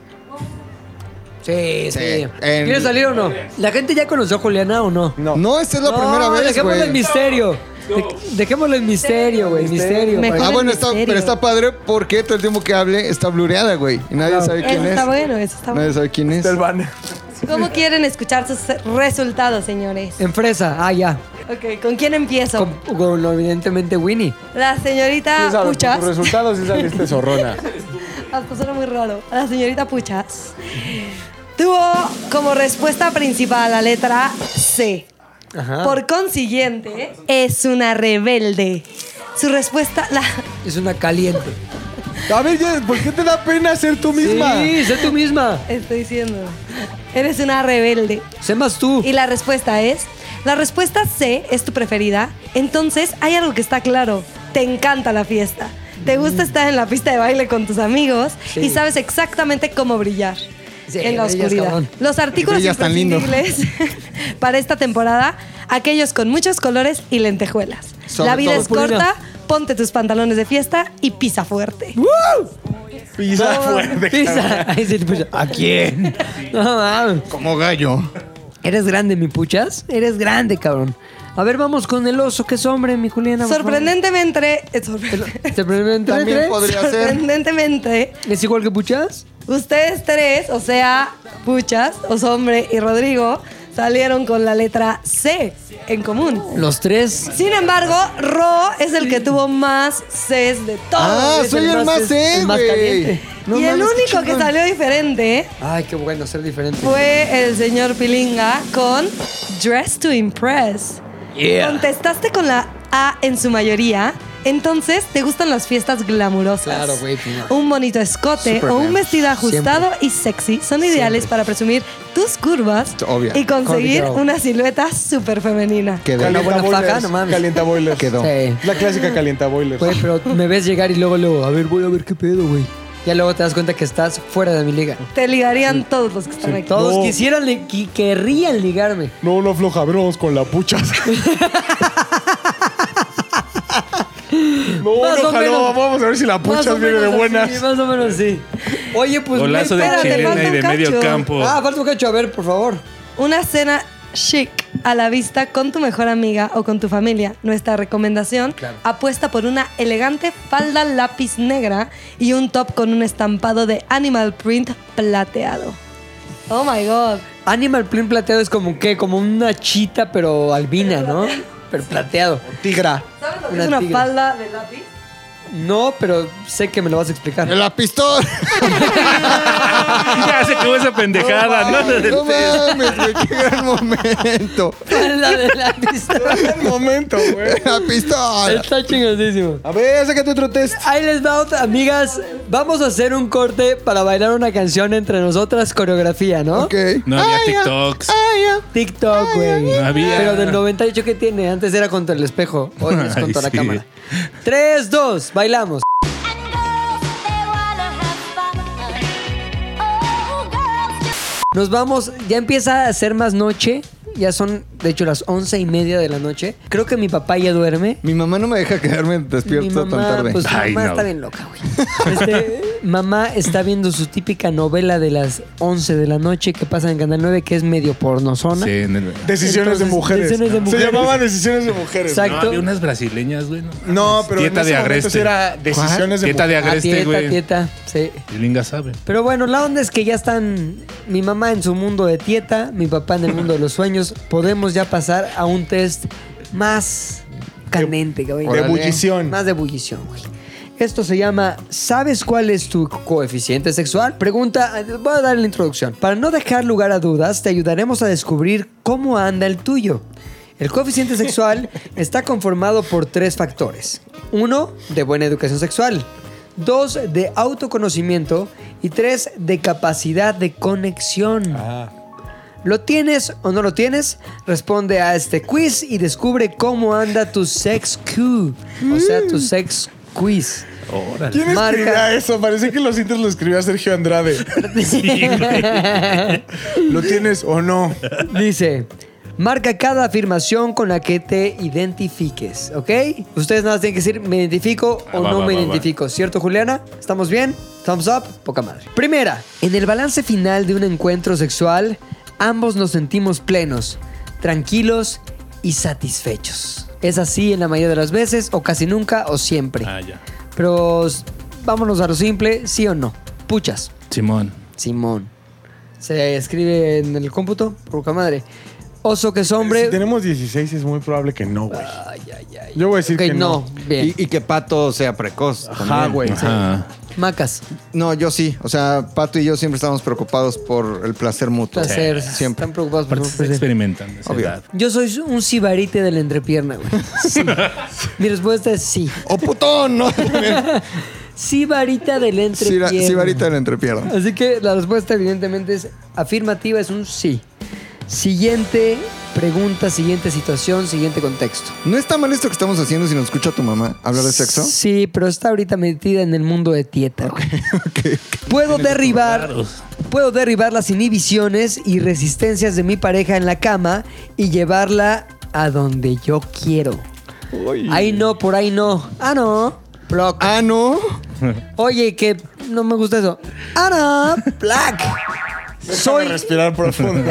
Sí, sí. Sí. En- ¿Quieres salir o no? ¿La gente ya conoció a Juliana o no? No. No, esta es la No, primera vez, Dejémoslo en güey. misterio. De- dejémoslo en misterio, güey. Misterio. Mejor. Ah, en bueno, está, misterio. pero está padre porque todo el tiempo que hable está blureada, güey. Y nadie sabe quién Eso es. está bueno, eso está bueno. Nadie sabe quién es. Está el banner. ¿Cómo quieren escuchar sus resultados, señores? En fresa. Ah, ya. Ok, ¿con quién empiezo? Con, con, evidentemente Winnie. La Ah, Sí señorita sabes, Puchas. por tus resultados sí saliste zorrona. Hasta suena muy raro. A la señorita Puchas. Tuvo como respuesta principal la letra C. Por consiguiente, es una rebelde. Su respuesta, la, Es una caliente. A ver, Jess, ¿por qué te da pena ser tú misma? Sí, sé tú misma. estoy diciendo, eres una rebelde. Sé más tú. Y la respuesta es, la respuesta C es tu preferida. Entonces, hay algo que está claro. Te encanta la fiesta. Te gusta Mm. estar en la pista de baile con tus amigos Sí. y sabes exactamente cómo brillar. Sí, en la brillas, oscuridad. cabrón. Los artículos Brillas tan lindo. imprescindibles para esta temporada, aquellos con muchos colores y lentejuelas. Sobre la vida todo, es corta, ponte tus pantalones de fiesta y pisa fuerte. Ah, Pisa fuerte. Pisa. Ahí sí, pucha. ¿A quién? No mames. Como gallo. Eres grande, mi puchas. Eres grande, cabrón. A ver, vamos con el oso, que es hombre, mi Juliana. por favor. Sorprendentemente, eh, sorpre- Sorprendente. También podría ser. sorprendentemente, ¿Es igual que puchas? ustedes tres, o sea, Puchas, Osombre y Rodrigo, salieron con la letra C en común. Los tres. Sin embargo, Ro es el que tuvo más Cs de todos. Ah, es soy el el más- más el C, más güey. caliente. No y el mames, qué único que chingón. salió diferente Ay, qué bueno ser diferente. fue el señor Pilinga con Dress to Impress. Contestaste con la A en su mayoría. Entonces, ¿te gustan las fiestas glamurosas? Claro, güey, pues Pina. Un bonito escote Súper o un glam. vestido ajustado y sexy son ideales para presumir tus curvas Obvio. y conseguir Curvy girl. una silueta súper femenina. Quedó. Una buena boilers. faja, no mames. Calienta boilers. Quedó. Sí. La clásica calienta boilers. Güey, pero me ves llegar y luego, luego, a ver, voy a ver qué pedo, güey. Ya luego te das cuenta que estás fuera de mi liga. Te ligarían todos los que están aquí. Todos No. quisieran, li- qui- querrían ligarme. No, no afloja, a ver, vamos con la puchas. no, Más o no, jaló, menos. vamos a ver si la Más o puchas viene de menos así, buenas. más o menos sí. Oye, pues. Golazo güey, de espérate, chilena falta y un de medio cacho. campo. Ah, falta un cacho, a ver, por favor. Una cena chic a la vista con tu mejor amiga o con tu familia. Nuestra recomendación apuesta por una elegante falda lápiz negra y un top con un estampado de animal print plateado. Oh my god. Animal Print plateado es como qué, como una chita, pero albina, ¿no? Pero plateado. Tigra. ¿Sabes lo que Una es una tigre. falda de lápiz? No, pero sé que me lo vas a explicar. La pistola. ya se acabó esa pendejada, No ¿no? mames, güey, qué gran momento. La de la pista. Un momento, güey. La pistola. Está chingoncísimo. A ver, sácate otro test. Ahí les va otra, amigas. Vamos a hacer un corte para bailar una canción entre nosotras, coreografía, ¿no? Ok. No había TikToks. TikTok, güey. No había. Pero del 98 que tiene, antes era contra el espejo, hoy es Ay, contra la sí. cámara. 3, 2, bailamos. Oh, Nos vamos, ya empieza a ser más noche, ya son, de hecho, las once y media de la noche. Creo que mi papá ya duerme. Mi mamá no me deja quedarme despierto Mi mamá, tan tarde. pues mi Ay, mamá no. está bien loca, güey. Este, mamá está viendo su típica novela de las 11 de la noche que pasa en Canal 9, que es medio pornozona. Sí, en el... Decisiones Entonces, de mujeres. decisiones de mujeres. Se llamaba decisiones de mujeres. Exacto. No, había unas brasileñas, güey. No, mames. pero Dieta en de ese momento agreste. sí era decisiones de Dieta de mujeres. Ah, agreste, tieta, güey. tieta, sí. Y Linga sabe. Pero bueno, la onda es que ya están mi mamá en su mundo de tieta, mi papá en el mundo de los sueños. Podemos ya pasar a un test más candente, cabrón. De ebullición. Más de ebullición, güey. Esto se llama ¿Sabes cuál es tu coeficiente sexual? Pregunta, voy a dar la introducción. Para no dejar lugar a dudas, te ayudaremos a descubrir cómo anda el tuyo. El coeficiente sexual está conformado por tres factores. Uno, de buena educación sexual. Dos, de autoconocimiento. Y tres, de capacidad de conexión. ¿Lo tienes o no lo tienes? Responde a este quiz y descubre cómo anda tu sex Q. O sea, tu sex quiz. Órale. ¿Quién Marca. escribía eso? Parecía que los cintas lo escribía Sergio Andrade. ¿Lo tienes o no? Dice, marca cada afirmación con la que te identifiques, ¿ok? Ustedes nada más tienen que decir, me identifico Ah, o va, no va, me va, va. identifico, ¿cierto Juliana? ¿Estamos bien? Thumbs up, poca madre. Primera, en el balance final de un encuentro sexual, ambos nos sentimos plenos, tranquilos y satisfechos. Es así en la mayoría de las veces, o casi nunca, o siempre. Ah, ya. Pero s- vámonos a lo simple, sí o no. Puchas. Simón. Simón. Se escribe en el cómputo, poca madre. Oso que es Si hombre. tenemos 16 es muy probable que no, güey. Ay, ay, ay. Yo voy a decir Ok, que no. no. Bien. Y, y que Pato sea precoz. Ajá, también. güey. Ajá. Macas. No, yo sí. O sea, Pato y yo siempre estamos preocupados por el placer mutuo. Placer. Siempre. Están preocupados por Aparte su está placer. experimentando esa Obvio. edad. Yo soy un cibarite de la entrepierna, güey. Sí. Mi respuesta es sí. ¡Oh, putón! ¿no? Cibarita de la Sí, la- entrepierna. sí, varita de la entrepierna. Así que la respuesta evidentemente es afirmativa, es un sí. Siguiente pregunta, siguiente situación, siguiente contexto. ¿No está mal esto que estamos haciendo si nos escucha tu mamá hablar de sexo? Sí, pero está ahorita metida en el mundo de tieta. güey. Puedo derribar, puedo derribar las inhibiciones y resistencias de mi pareja en la cama y llevarla a donde yo quiero. Ahí no, por ahí no. Ah, no. Block. Ah, no. Oye, que no me gusta eso. Ah, no. Black. Soy... respirar profundo.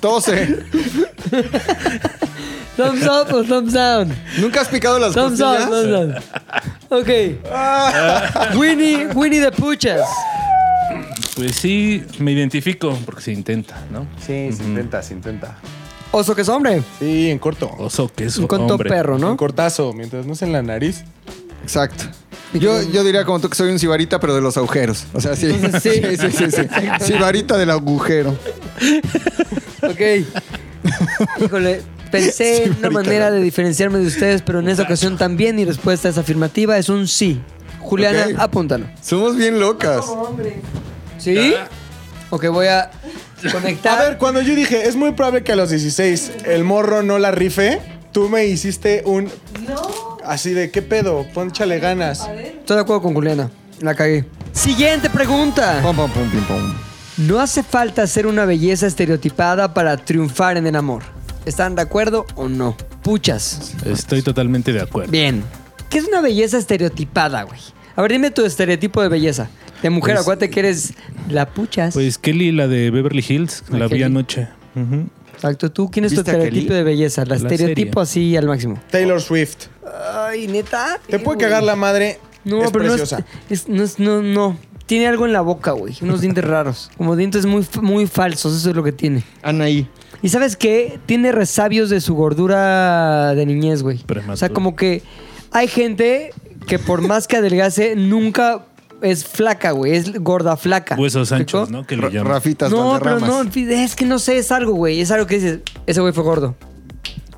Tose. Thumbs up o thumbs down. ¿Nunca has picado las Thumbs up, costillas? thumbs down. Ok. Winnie, Winnie de Puchas. Pues sí, me identifico porque se intenta, ¿no? Sí, se intenta, se intenta. Oso que es hombre. Sí, en corto. Oso que es Un conto hombre. perro, En ¿no? cortazo, mientras no es en la nariz. Exacto. Yo, yo diría como tú que soy un sibarita, pero de los agujeros. O sea, sí. Entonces, sí. sí, sí, sí, sí. Sibarita del agujero. Ok. Híjole, pensé en una manera de diferenciarme de ustedes, pero en esta ocasión también mi respuesta es afirmativa, es un sí. Juliana, Ok. apúntalo. Somos bien locas. ¿Sí? Ok, voy a conectar. A ver, cuando yo dije, es muy probable que a los 16 el morro no la rife, tú me hiciste un... Así de, ¿qué pedo? Pónchale ganas. Estoy de acuerdo con Juliana. La cagué. Siguiente pregunta. Pum, pum, pum, pim, pum. No hace falta ser una belleza estereotipada para triunfar en el amor. ¿Están de acuerdo o no? Puchas. Estoy totalmente de acuerdo. Bien. ¿Qué es una belleza estereotipada, güey? A ver, dime tu estereotipo de belleza. De mujer, Pues- acuérdate que eres la puchas. Pues Kelly, la de Beverly Hills, la vi Kelly. anoche. Ujú. Exacto, tú, ¿quién es tu ¿Viste a estereotipo Kelly? de belleza? La, La estereotipo así al máximo. Taylor Swift. Ay, neta. Te puede cagar la madre. No, es pero no es- preciosa. es- no, es- no, no. Tiene algo en la boca, güey. Unos dientes raros. Como dientes muy, f- muy falsos, eso es lo que tiene. Anaí. ¿Y sabes qué? Tiene resabios de su gordura de niñez, güey. Prematura. O sea, como que hay gente que por más que adelgase, nunca es flaca, güey. Es gorda flaca. Huesos ¿Explicó? anchos, ¿no? Que le Ra- llaman. Rafitas No, pero Valderramas. no, es que no sé, es algo, güey. Es algo que dices, ese güey fue gordo.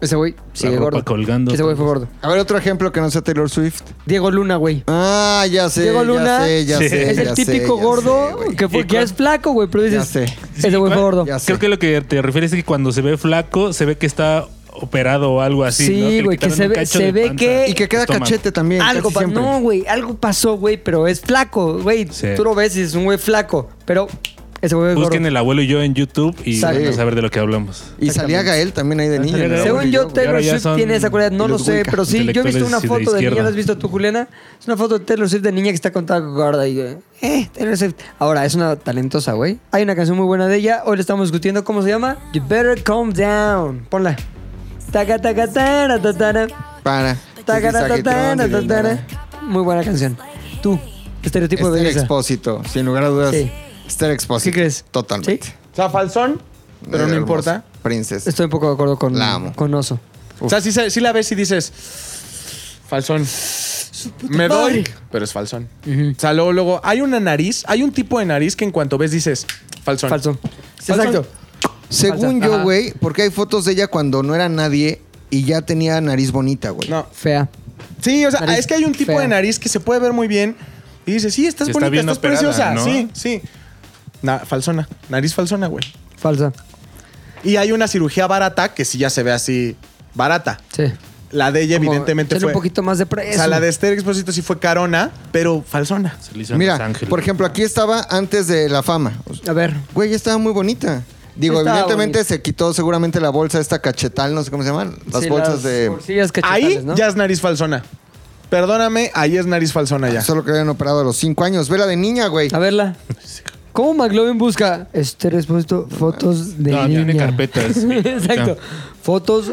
Ese güey sigue ropa gordo. colgando. Ese güey fue gordo. A ver, otro ejemplo que no sea Taylor Swift. Diego Luna, güey. Ah, ya sé. Diego Luna ya sé, ya Sí. sé, es ya el sé, típico ya sé, gordo güey. que, fue, Y que ya cuál- es flaco, güey, pero dices, sé. ese güey fue gordo. Ya sé. Creo que lo que te refieres es que cuando se ve flaco, se ve que está operado o algo así. Sí, ¿no? le güey, que quitaron se un ve- cacho se de ve panza. que- Y que queda Estómago. cachete también. Algo casi pasó. siempre. No, güey, algo pasó, güey, pero es flaco, güey. Sí. Tú lo ves y es un güey flaco, pero Ese güey es gordo. Busquen el abuelo y yo en YouTube y Exacto. van a saber de lo que hablamos. Y salía Gael también ahí de niño. salía ¿no? Gael. Según yo, ahora Taylor ya Swift son tiene esa cualidad. No lo los sé, Wicca. pero sí. Yo he visto una Intelectuales foto de de niña. ¿La izquierda. has visto tú, Juliana? Es una foto de Taylor Swift de niña que está contada gorda. Y, eh, eh, Taylor Swift. Ahora, es una talentosa, güey. Hay una canción muy buena de ella. Hoy la estamos discutiendo. ¿Cómo se llama? You Better Calm Down. Ponla. Taca, taca, tara, tatara. Para. Taca, Saquitón, taca, tara, Silvia tatara. Lara. Muy buena canción. Tú, estereotipo de Esther belleza. Expósito, sin lugar a dudas. Sí. Esther Expósito. ¿Qué crees? Totalmente. ¿Sí? O sea, falsón, pero Era no hermosa. importa. Princesa. Estoy un poco de acuerdo con, La amo. con Oso. O sea, si, la ves y dices, falsón. Me doy, pero es falsón. O sea, luego, luego, hay una nariz, hay un tipo de nariz que en cuanto ves dices, falsón. Falso. Exacto. Según Falsa. yo, Ajá. güey, porque hay fotos de ella cuando no era nadie y ya tenía nariz bonita, güey. No. Fea. Sí, o sea, Nariz es que hay un tipo fea. de nariz que se puede ver muy bien y dices, sí, estás Sí, está bonita, bien estás operada, preciosa. ¿no? Sí, sí. Na- falsona, nariz falsona, güey. Falsa. Y hay una cirugía barata que sí ya se ve así barata. Sí. La de ella, Como evidentemente, tener fue. un poquito más de precio. o sea, la de Esther Expósito sí fue carona, pero falsona. Se le hizo en Los Mira, Ángeles. por ejemplo, aquí estaba antes de la fama. A ver. Güey, ya estaba muy bonita. Digo, Estaba evidentemente bonita. se quitó seguramente la bolsa esta cachetal, no sé cómo se llaman. Las sí, bolsas de... bolsillas cachetales, Ahí ¿no? ya es nariz falsona. Perdóname, ahí es nariz falsona ya. Solo que habían operado a los 5 años. Vela de niña, güey. A verla. ¿Cómo McLovin busca? Este respuesto, fotos de No, niña. tiene carpetas. Exacto. Fotos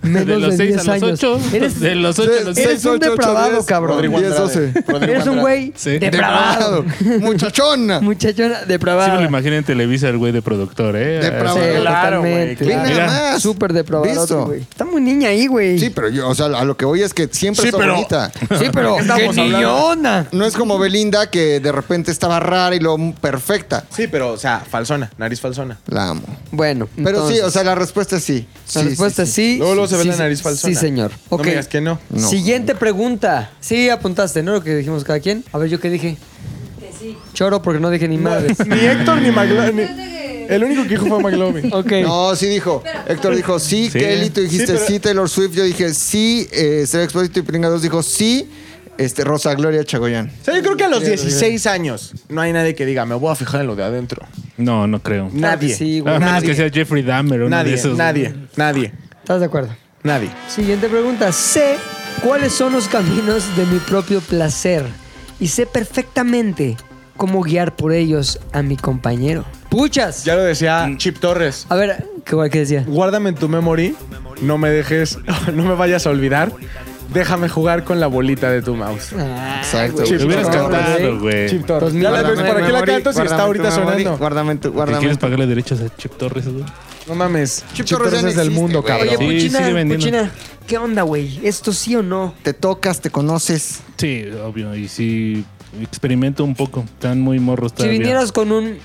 menos de De los 6 10 a los años. 8. Eres, De los 8 a los eres 6. Seis, un ocho, ocho, depravado, diez. cabrón. Rodrigo Diez, Andrade. doce. Rodrigo eres un Andrade. güey Sí. depravado. Muchachona. Muchachona Sí me depravada. lo imagino en Televisa el güey de productor, ¿eh? Depravado. Sí. imagino. claro, güey. claro. Ve nada más. Súper depravado, Visto. güey. Está muy niña ahí, güey. Sí, pero yo, o sea, a lo que voy es que siempre Sí, está pero- bonita. Sí, pero qué niñona. No es como Belinda que de repente estaba rara y lo perfecta. Sí, pero, o sea, falsona, nariz falsona. La amo. Bueno, Pero entonces, sí, o sea, la respuesta es sí. la Sí, respuesta es sí. Luego, luego se ve sí, la nariz sí, falsona. Sí, señor. No Ok. me digas que no. No. Siguiente pregunta. Sí, apuntaste, ¿no? Lo que dijimos cada quien. A ver, ¿yo qué dije? Choro porque no dije ni madres. Ni Héctor ni McLovin. El único que dijo fue McLovin. ok. No, sí dijo. Héctor dijo sí, Sí. Kelly, tú dijiste sí, Sí, pero- Taylor Swift, yo dije sí, eh, Ser Expósito y Pringa 2 dijo sí, este, Rosa Gloria Chagoyán. O sea, yo creo que a los 16 años no hay nadie que diga, me voy a fijar en lo de adentro. No, no creo. Nadie. Sí, güey. A menos Nadie. que sea Jeffrey Dahmer o uno de Nadie, esos. nadie, nadie, ¿Estás de acuerdo? nadie. Siguiente pregunta. Sé cuáles son los caminos de mi propio placer y sé perfectamente cómo guiar por ellos a mi compañero. ¡Puchas! Ya lo decía Chip Torres. A ver, ¿qué guay que decía? Guárdame en tu memory, no me dejes, no me vayas a olvidar. Déjame jugar con la bolita de tu mouse. Exacto. Chip Te hubieras Torres. Pues, cantado, güey. Chip Torres. Dos Ya la mil- ves, ¿Para qué la canto si está ahorita sonando? Guárdame tu, ¿Te guárdame quieres tu- pagarle derechos a Chip Torres, güey? No mames. Chip Torres Torres ya no es del existe, mundo, güey. cabrón. Oye, Sí, Puchina, sigue vendiendo. Puchina, ¿qué onda, güey? ¿Esto sí o no? Te tocas, te conoces. Sí, obvio. Y sí, experimento un poco. Están muy morros Si todavía. vinieras con un...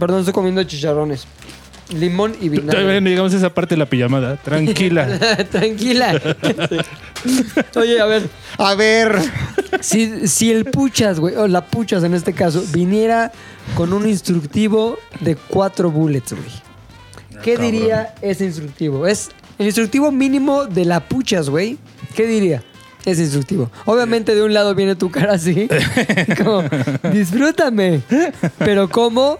Perdón, estoy comiendo chicharrones. Limón y Todavía vinagre. no llegamos a esa parte de la pijamada. Tranquila. Tranquila. Oye, a ver, A ver. si, si el puchas, güey, o la puchas en este caso, viniera con un instructivo de cuatro bullets, güey. ¿Qué Ah, cabrón. diría ese instructivo? Es el instructivo mínimo de la puchas, güey. ¿Qué diría? ese instructivo. Obviamente de un lado viene tu cara así, como disfrútame, pero ¿cómo?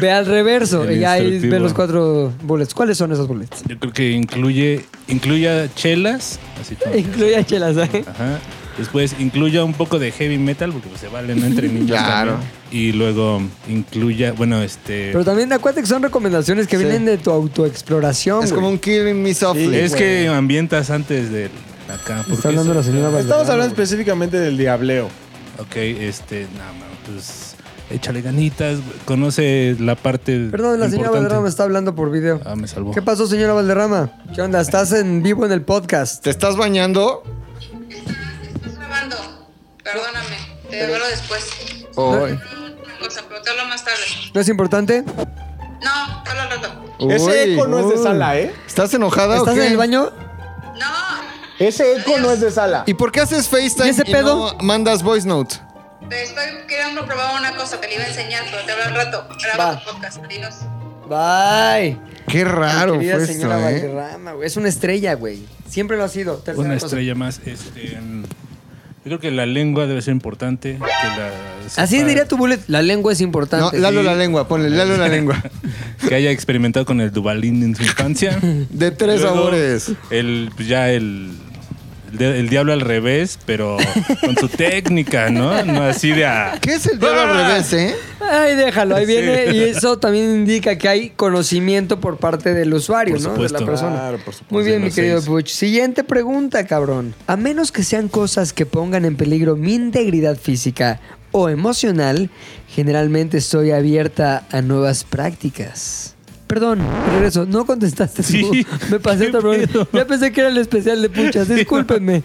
Ve al reverso El y ahí instructivo. ve los cuatro bullets. ¿Cuáles son esos bullets? Yo creo que incluye, incluya chelas. Así como- Incluye a Chelas, ¿eh? Ajá. Después incluya un poco de heavy metal, porque pues, se vale, no entre niños. Claro. también. Y luego incluya, bueno, este. Pero también acuérdate que son recomendaciones que vienen de tu autoexploración. Es güey. como un killing me softly. es que ambientas antes de acá. Está porque hablando eso- la señora Estamos Valderrama, hablando güey. específicamente del diableo. Ok, este, nada más, pues échale ganitas, güey. conoce la parte. Perdón, la señora importante. Valderrama está hablando por video. Ah, me salvó. ¿Qué pasó, señora Valderrama? ¿Qué onda? Estás en vivo en el podcast. ¿Te estás bañando? Estás grabando. Perdóname. Te devuelvo después. Hoy. Una cosa, pero te hablo más tarde. ¿No es importante? No, te hablo al rato. Uy. Ese eco no es de sala, ¿eh? ¿Estás enojada o ¿Estás qué? en el baño? No, Ese eco no es de sala. ¿Y por qué haces FaceTime ¿Y ese pedo? no mandas voice note? te estoy queriendo probar una cosa que le iba a enseñar, pero te hablo al rato. Graba Va. tu podcast. Adiós. Bye. Qué Ah, raro Mi querida fue esto, señora ¿eh? Valderrama, güey. Es una estrella, güey. Siempre lo ha sido. Tercera Una cosa. estrella más, este. en- creo que la lengua debe ser importante. que la sepa- Así diría tu bullet, la lengua es importante. No, Lalo la lengua, ponle, Lalo la lengua. que haya experimentado con el Dubalín en su infancia. De tres Luego, sabores. El, pues ya el, el, de- el diablo al revés, pero con su técnica, ¿no? No así de a... ¿Qué es el diablo al revés, eh? Ay, déjalo, ahí Sí. viene. Y eso también indica que hay conocimiento por parte del usuario, Por ¿no? supuesto. De la persona. Claro, por supuesto. Muy bien, Sí, mi no querido sé. Puch. Siguiente pregunta, cabrón. A menos que sean cosas que pongan en peligro mi integridad física o emocional, generalmente estoy abierta a nuevas prácticas. Perdón, regreso, no contestaste tú. Sí, Me pasé qué otra pregunta. pedo. Ya pensé que era el especial de Puchas, discúlpenme.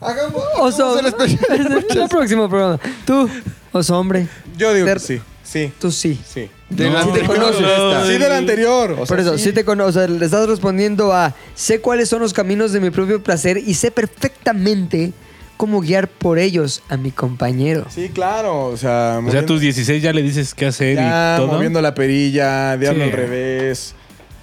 Hagamos, Oso, el próximo programa. Tú, oso hombre. Yo digo que sí. Sí. Tú sí. Sí. Del No, anterior. te conoces. Sí, del anterior. O sea, Por eso, sí. sí te cono- o sea, le estás respondiendo a sé cuáles son los caminos de mi propio placer y sé perfectamente cómo guiar por ellos a mi compañero. Sí, claro. O sea, O sea, a moviendo- tus 16 pues, ya le dices qué hacer ya y todo. moviendo la perilla, diablo Sí. al revés.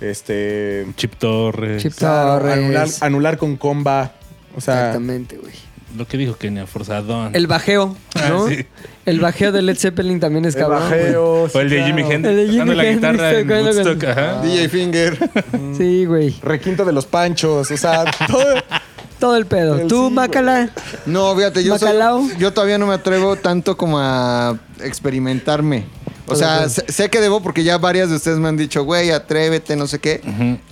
Este. Chip Torres. Chip claro, Torres. Anular, anular con comba. O sea. Exactamente, güey. Lo que dijo Kenia, forzadón. El bajeo, ¿no? Ah, sí. El bajeo de Led Zeppelin también es El cabrón. güey. bajeo. sí, O el de claro. Jimi Hendrix. El de Jimi tocando la Hendrix, guitarra ¿te en acuerdas? Woodstock. Ajá. DJ Finger. Sí, güey. Requinto de los panchos. O sea, todo. Todo el pedo. El Tú, sí, Macala. No, fíjate, yo, soy- Bacalao. yo todavía no me atrevo tanto como a experimentarme. O sea, sé, sé que debo porque ya varias de ustedes me han dicho, güey, atrévete, no sé qué.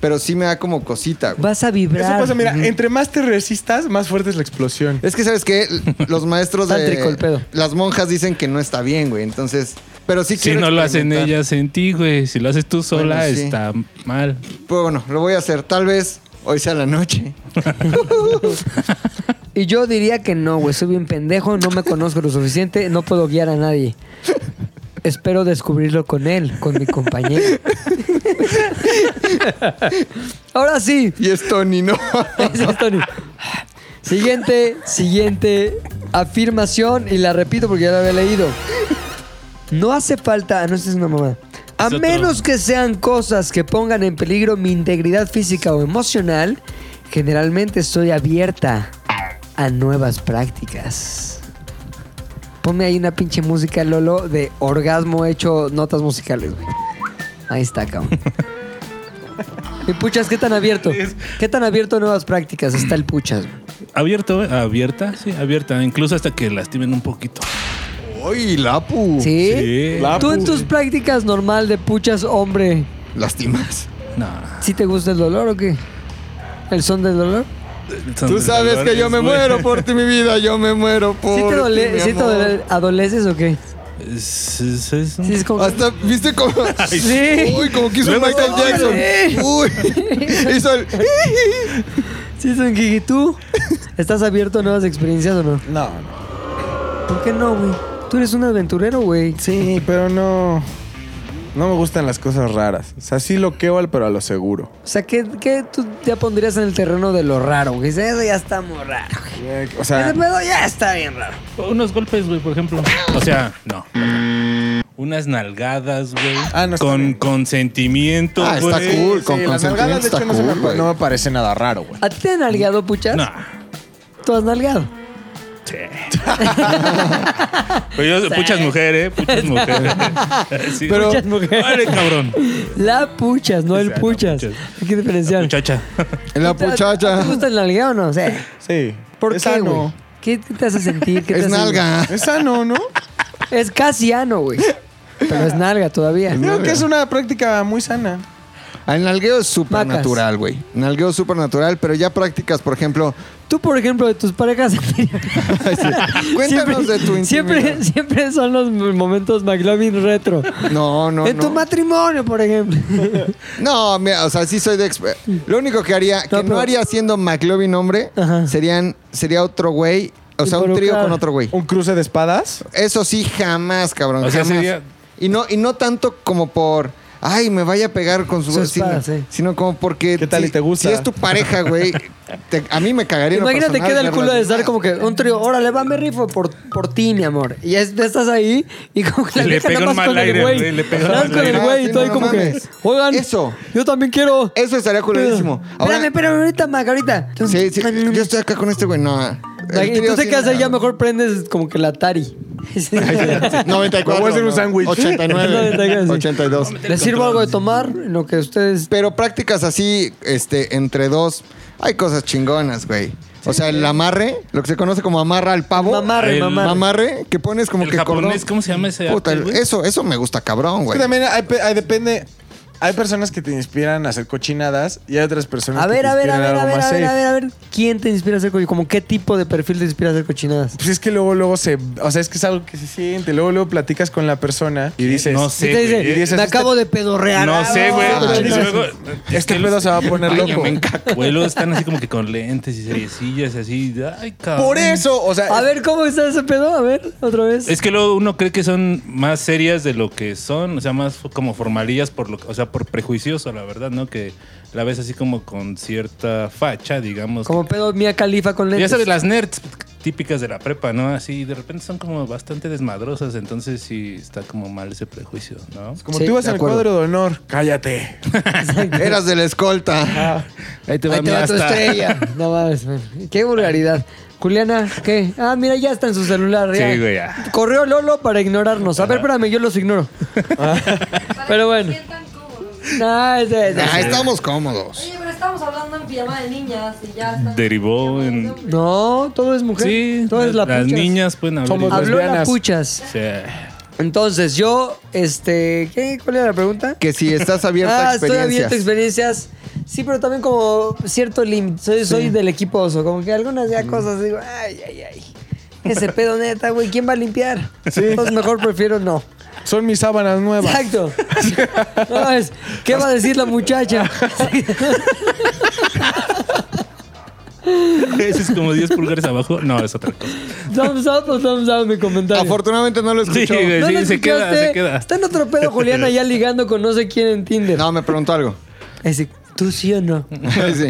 Pero sí me da como cosita, güey. Vas a Eso vibrar. pasa, mira, entre más te resistas, más fuerte es la explosión. Es que, ¿sabes qué? Los maestros Tántrico el de... pedo. Las monjas dicen que no está bien, güey. Entonces, pero sí Si quiero no lo hacen experimentar. ellas en ti, güey. Si lo haces tú sola, Bueno, sí. está mal. Pero Pues bueno, lo voy a hacer. Tal vez hoy sea la noche. Y yo diría que no, güey. Soy bien pendejo, no me conozco lo suficiente, no puedo guiar a nadie. Espero descubrirlo con él, con mi compañero. Ahora sí. Y es Tony, ¿no? Ese es Tony. Siguiente, siguiente afirmación y la repito porque ya la había leído. No hace falta, ah, no esta es una mamá. A Es otro. menos que sean cosas que pongan en peligro mi integridad física o emocional, generalmente estoy abierta a nuevas prácticas. Ponme ahí una pinche música, Lolo, de orgasmo hecho notas musicales, güey. Ahí está, cabrón. Y puchas, ¿qué tan abierto? ¿Qué tan abierto a nuevas prácticas está el puchas? güey? Abierto, eh, abierta, sí, abierta. Incluso hasta que lastimen un poquito. ¡Uy, Lapu! ¿Sí? Uh, Sí. Tú en tus prácticas normal de puchas, hombre, Lastimas. No. ¿sí te gusta el dolor o qué? ¿El son del dolor? Tú sabes que yo me muero por ti, mi vida. Yo me muero por ¿Sí te, dole- ti, mi sí te amor. dole- adoleces o qué? Es- es- es- Sí, es como... Hasta, ¿viste cómo? Sí. Uy, como que hizo Luego- Michael Jackson. ¡Órale! Uy. Hizo el... Sí, son Gigi, ¿tú? ¿Estás abierto a nuevas experiencias o no? No, no. ¿Por qué no, güey? Tú eres un aventurero, güey. Sí, pero no. No me gustan las cosas raras. O sea, sí lo queo, al- pero a lo seguro. O sea, ¿qué, qué tú ya pondrías en el terreno de lo raro? güey? Dices, eso ya está muy raro. güey. Eh, O Ah. sea, Ese pedo ya está bien raro. Unos golpes, güey, por ejemplo. O sea, no. Unas nalgadas, güey. Ah, no está con bien. consentimiento, Ah, güey. está cool. Con pues, sí, las nalgadas, consentimiento de está hecho, no, se me, cool, güey. no me parece nada raro, güey. ¿A ti te han nalgado, puchas? No. ¿Tú has nalgado? Sí. Pero yo, muchas mujeres, muchas mujeres. Sí. Pero- Muchas mujeres. Órale, cabrón. La puchas, no el Esa, la puchas. puchas. Hay que diferenciar. Muchacha. La ¿Te- ¿Te puchacha. gusta el nalgado o no? O sea, Sí. ¿Por es qué, sano. güey? ¿Qué qué te hace sentir? ¿Qué te Es hace- nalga. Es sano, ¿no? Es casi ano, güey. Pero es nalga todavía. Creo que es una práctica muy sana. El nalgueo es supernatural, güey. Nalgueo es supernatural, pero ya prácticas, por ejemplo... Tú, por ejemplo, de tus parejas anteriores, Cuéntanos de tu intimidad. siempre, siempre son los momentos McLovin retro. No, no, en tu no. matrimonio, por ejemplo. No, mira, o sea, sí soy de exper- Lo único que haría, que pero- no haría siendo McLovin hombre, Ajá. serían, sería otro güey, o sea, un trío Involucrar. con otro güey. ¿Un cruce de espadas? Eso sí, jamás, cabrón. O sea, jamás. sería- Y no, y no tanto como por. Ay, me vaya a pegar con su, Su sino, espada, sí. sino como porque. ¿Qué tal y si- te gusta? Si es tu pareja, güey. te- A mí me cagaría. en lo Imagínate personal queda el verlas culo de así. estar como que un trío, órale, va, me rifo por, por ti, mi amor. Y es- estás ahí y como que la Le vieja pega nada un más mal con el aire, güey. güey, le pega un Nada más mal con el aire. güey y Ah, Sí, tú ahí no como mames. que, oigan, Eso. yo también quiero. Eso estaría culerísimo. Ahora, Espérame, pero ahorita, Mac, ahorita. sí, sí, yo estoy acá con este güey. No. el y tú trío te sí quedas no- ahí, ya mejor prendes como que la Tari. Me 94. voy a hacer un ¿no? sándwich. 89. 82. Les sirvo algo de tomar, en lo que ustedes. Pero prácticas así, este, entre dos, hay cosas chingonas, güey. O sea, el amarre, lo que se conoce como amarra al pavo. Mamarre, El- mamarre. Mamarre, que pones como El que japonés, cordón. ¿cómo se llama ese Puta, arte, güey? eso, eso me gusta cabrón, Es que güey. también hay, pe- hay- depende. Hay personas que te inspiran a hacer cochinadas y hay otras personas A que ver, te a ver, a inspiran ver, a algo ver, más a ver, a ¿eh? safe. ver, a ver. ¿Quién te inspira a hacer cochinadas? ¿Cómo qué tipo de perfil te inspira a hacer cochinadas? Pues es que luego, luego se. O sea, es que es algo que se siente. Luego, luego platicas con la persona y dices. No ¿Qué sé, te güey. dice? dices, Me este- acabo de pedorrear. No sé, güey. Ah, Y dices, luego- es Este que pedo se va a poner loco. Güey, luego están así como que con lentes y seriecillas así. Ay, cabrón. Por eso, o sea. A ver, ¿cómo está ese pedo? A ver, otra vez. Es que luego uno cree que son más serias de lo que son, o sea, más como formalillas por lo, o sea, por prejuicioso, la verdad, ¿no? Que la ves así como con cierta facha, digamos. Como pedo Mía Califa con ya lentes. sabes, las nerds típicas de la prepa, ¿no? Así de repente son como bastante desmadrosas, entonces sí está como mal ese prejuicio, ¿no? Como Sí, tú ibas de al acuerdo. cuadro de honor, cállate. Eras de la escolta. Ahí te Ahí te va tu estrella. No mames, man. Qué vulgaridad. Juliana, ¿qué? Ah, mira, ya está en su celular. ya. Sí, güey, ya. Corrió Lolo para ignorarnos. A ver, espérame, yo los ignoro. Para Pero que bueno. se sientan cómodos. No, es- es- Ah, estamos cómodos. Oye, pero estamos hablando en pijama de niñas y ya están. Derivó en- no, todo es mujer. Sí, todo es la las puchas. niñas pueden hablar. Somos igual. Habló la Lesbianas. puchas. O sea, Entonces, yo, este, ¿qué? ¿Cuál era la pregunta? Que si estás abierto Ah, a estoy abierto a experiencias. experiencias. Sí, pero también como cierto límite. Soy, soy del equipo oso. Como que algunas ya cosas digo, ay, ay, ay. Ese pedo neta, güey, ¿quién va a limpiar? Entonces mejor prefiero no. Son mis sábanas nuevas. Exacto. No, es, ¿Qué va a decir la muchacha? Sí. ese es como 10 pulgares abajo. No, es otra cosa. Thumbs up o thumbs down mi comentario. Afortunadamente no lo escuchó. Sí, güey. ¿No lo se queda, escuchaste? se queda. Está en otro pedo Juliana ya ligando con no sé quién en Tinder. No, me preguntó algo. Es decir, ¿tú sí o no? Sí.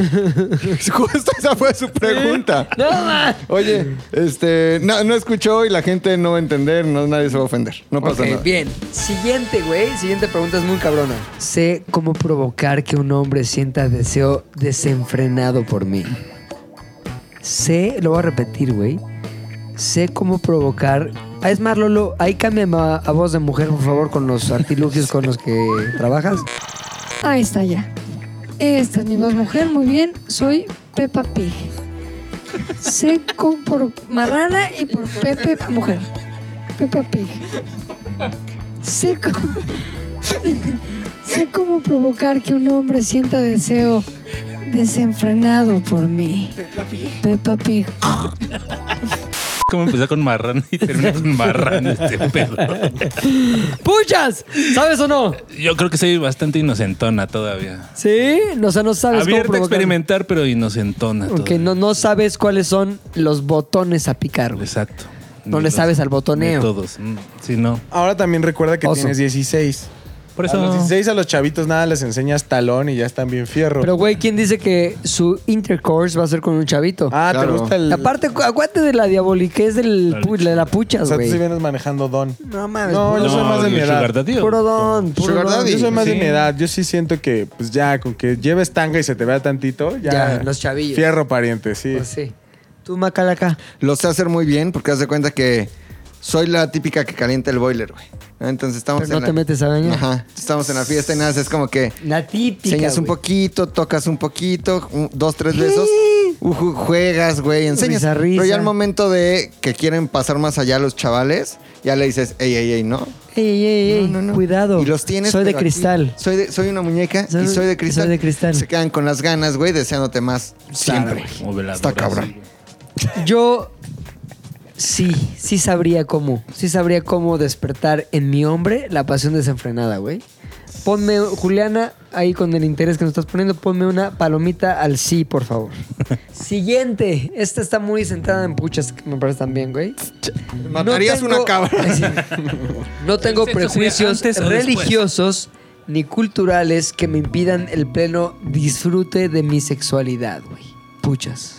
Justo esa fue su pregunta. No, ma. Oye, este, no, no escuchó y la gente no va a entender, no, nadie se va a ofender. No pasa Ok, nada. Eh, bien. Siguiente, güey. Siguiente pregunta es muy cabrona. Sé cómo provocar que un hombre sienta deseo desenfrenado por mí. Sé, lo voy a repetir, güey. Sé cómo provocar. Ah, Es más, Lolo, ahí cámbiame a, a voz de mujer, por favor, con los artilugios con los que trabajas. Ahí está ya. Esta es mi voz mujer, muy bien. Soy Peppa Pig. Seco por marrana y por Pepe mujer. Peppa Pig. Seco. Sé cómo provocar que un hombre sienta deseo desenfrenado por mí. Peppa Pig. ¿Cómo empezar con marrán y terminar con marrán este pedo? ¡Puchas! ¿Sabes o no? Yo creo que soy bastante inocentona todavía. Sí, no, o sea, no sabes cómo Abierta a provocar. experimentar, pero inocentona. Aunque todavía. no, no sabes cuáles son los botones a picar, güey. Exacto. No Ni le los- sabes al botoneo. ni Todos. Mm, Sí, no. Ahora también recuerda que Oso. tienes 16. Por A los eso. 16 a los chavitos nada les enseñas talón y ya están bien fierro. Pero, güey, ¿quién dice que su intercourse va a ser con un chavito? ah, Claro. te gusta el. Aparte, acu- acuérdate de la diaboliquez del pu- de la o puchas, sea, tú sí güey. vienes manejando don. No mames, No, puro, yo soy más de yo mi edad. sugar daddy, ¿o? puro don, puro Sugar don. daddy. Yo soy más Sí. de mi edad. Yo sí siento que, pues ya, con que lleves tanga y se te vea tantito, ya. Ya, los chavillos. Fierro pariente, sí. Pues sí. Tú, Macalaca. Lo sé hacer muy bien porque haz de cuenta que soy la típica que calienta el boiler, güey. Entonces estamos Pero no en te la... metes a bañar. Ajá. Estamos en la fiesta y nada, es como que La típica, enseñas un güey. poquito, tocas un poquito, un- dos, tres besos, ujú, juegas, güey, enseñas. Risa, risa. Pero ya al momento de que quieren pasar más allá los chavales, ya le dices, ey, ey, ey, no. Ey, ey, ey, ey, No, no, no. cuidado. Y los tienes. Soy de pero aquí. cristal. Soy, de- soy una muñeca Soy- y soy de cristal. soy de cristal. Se quedan con las ganas, güey, deseándote más siempre. O veladora, Está sí, cabrón. güey. Yo sí, sí sabría cómo. Sí sabría cómo despertar en mi hombre la pasión desenfrenada, güey. Ponme, Juliana, ahí con el interés que nos estás poniendo, ponme una palomita al sí, por favor. Siguiente. Esta está muy sentada en puchas, que me parece también, güey. Matarías una cabra. No tengo sexo sería prejuicios antes o religiosos ni culturales que me impidan el pleno disfrute de mi sexualidad, güey. Puchas.